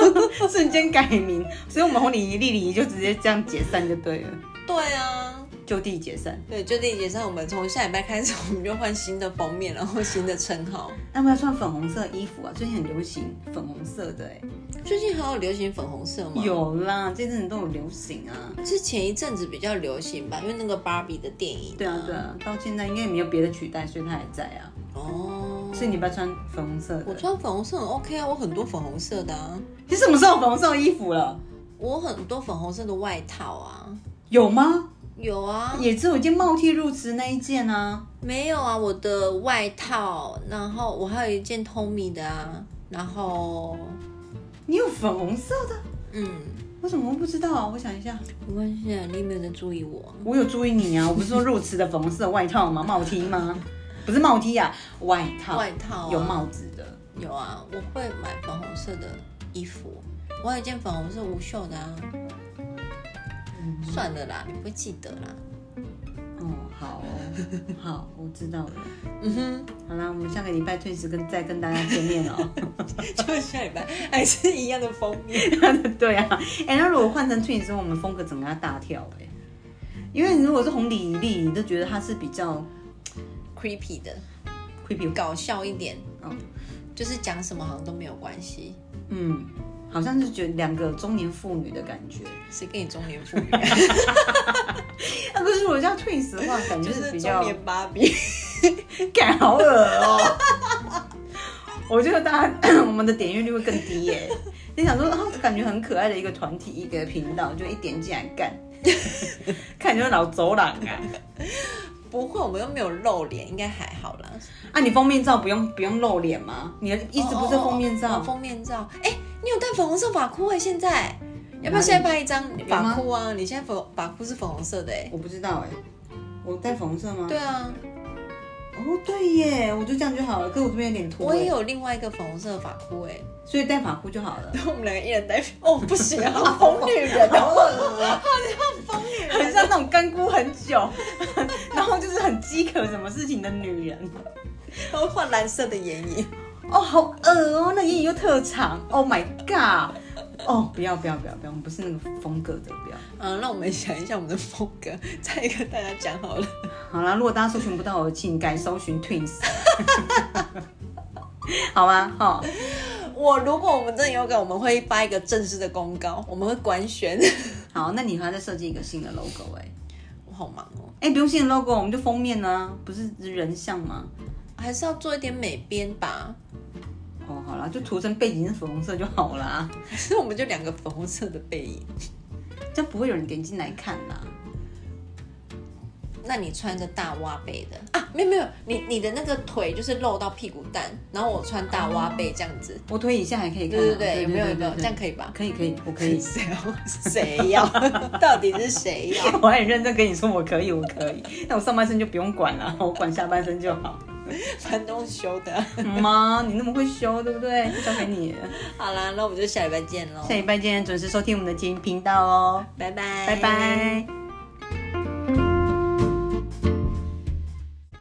Speaker 1: 瞬间改名，所以我们红鲤鱼、丽鲤鱼就直接这样解散就对了，
Speaker 2: 对啊，
Speaker 1: 就地解散。
Speaker 2: 对，就地解散。我们从下礼拜开始，我们就换新的封面，然后新的称号。
Speaker 1: 那么要穿粉红色衣服啊，最近很流行粉红色的哎、
Speaker 2: 最近好有流行粉红色吗？，
Speaker 1: 有啦，这阵子都有流行啊。
Speaker 2: 是前一阵子比较流行吧，因为那个芭比的电影。
Speaker 1: 对啊对。啊，到现在应该也没有别的取代，所以它还在啊。
Speaker 2: 哦。
Speaker 1: 所以你不要穿粉红色
Speaker 2: 我
Speaker 1: 的。
Speaker 2: 穿粉红色很 OK 啊，我很多粉红色的啊，
Speaker 1: 你什么时候有粉红色的衣服了？
Speaker 2: 我很多粉红色的外套啊，
Speaker 1: 有吗？
Speaker 2: 有啊，
Speaker 1: 也只有一件帽 T 入职那一件啊。
Speaker 2: 没有啊，我的外套，然后我还有一件 Tommy 的啊，然后
Speaker 1: 你有粉红色的？
Speaker 2: 嗯，
Speaker 1: 我怎么不知道啊？我想一下，
Speaker 2: 没关系啊，你有没有在注意我？
Speaker 1: 我有注意你啊，我不是说入职的粉红色外套 吗？帽 T 吗？不是帽 T 啊，外套，
Speaker 2: 外套啊
Speaker 1: 有帽子的。
Speaker 2: 有啊，我会买粉红色的衣服，我还有一件粉红色无袖的啊，
Speaker 1: 嗯
Speaker 2: 算了啦，你不会记得啦，
Speaker 1: 哦，好哦，好，我知道了。
Speaker 2: 嗯哼。
Speaker 1: 好啦，我们下个礼拜退时跟再跟大家见面哦。
Speaker 2: 就下礼拜还是一样的封面。
Speaker 1: 对啊，哎、那如果换成 twins 之后，我们风格整个要大跳哎、因为你如果是红鲤丽，你就觉得它是比较
Speaker 2: creepy 的，
Speaker 1: creepy，
Speaker 2: 搞笑一点，
Speaker 1: 哦
Speaker 2: 就是讲什么好像都没有关系。
Speaker 1: 嗯，好像是觉得两个中年妇女的感觉。
Speaker 2: 谁跟你中年妇女？啊
Speaker 1: 那、啊可是如果叫 twins 的话，感觉
Speaker 2: 就是
Speaker 1: 比
Speaker 2: 中
Speaker 1: 较
Speaker 2: 年芭比。
Speaker 1: 感好恶哦、 我觉得大家嗯我们的点阅率会更低耶、你想说，哦，感觉很可爱的一个团体，一 个频道，就一点进来干，看你就是老走廊啊。
Speaker 2: 不会，我们又没有露脸，应该还好啦。
Speaker 1: 啊，你封面照不用不用露脸吗？你的意思不是封面
Speaker 2: 哦哦
Speaker 1: 照？
Speaker 2: 哦封面照。哎、你有戴粉红色发箍哎，现在要不要现在拍一张发箍啊？你现在粉发箍是粉红色的哎、
Speaker 1: 我不知道哎、我戴粉红色吗？
Speaker 2: 对啊，
Speaker 1: 哦，对耶，我就这样就好了。可是我这边有点秃，
Speaker 2: 我也，有另外一个粉红色的发箍 哎。
Speaker 1: 所以戴发箍就好了。
Speaker 2: 我们两个一人戴，哦不行 啊，好疯女人
Speaker 1: 好
Speaker 2: 哦，
Speaker 1: 恶啊！很像那种干枯很久，然后就是很饥渴什么事情的女人。
Speaker 2: 然后换蓝色的眼影。
Speaker 1: 哦，好恶哦，那眼影又特长。Oh my god！哦，不要不要不要不要，我们不是那个风格的，不要。
Speaker 2: 嗯，让我们想一下我们的风格，再跟大家讲好了。
Speaker 1: 好啦，如果大家搜寻不到我，请改搜寻 Twins。好吗？哈、
Speaker 2: 我如果我们真的有梗，我们会发一个正式的公告，我们会官 宣。
Speaker 1: 好，那你还要再设计一个新的 logo 哎、
Speaker 2: 我好忙哦，
Speaker 1: 哎、不用新的 logo，我们就封面啊，不是人像吗？
Speaker 2: 还是要做一点美编吧。
Speaker 1: 哦，好啦，就涂成背景是粉红色就好啦，
Speaker 2: 还是我们就两个粉红色的背影？
Speaker 1: 这样不会有人点进来看啦。
Speaker 2: 那你穿着大挖背的啊？没有没有，你你的那个腿就是露到屁股蛋，然后我穿大挖背这样子。
Speaker 1: 我推一下还可以看、啊，
Speaker 2: 对对对，有没有有没有
Speaker 1: 对对对
Speaker 2: 这样可以吧？。
Speaker 1: 可以可以，我可以
Speaker 2: 谁要谁要？ 到底是谁要？
Speaker 1: 我很认真跟你说，我可以，我可以。那我上半身就不用管了，我管下半身就好。
Speaker 2: 蛮东修的。
Speaker 1: 妈，你那么会修，对不对？就交给你了。
Speaker 2: 好啦，那我们就下礼拜见喽
Speaker 1: 下，礼拜见，准时收听我们的节目频道哦，
Speaker 2: 拜拜，
Speaker 1: 拜拜。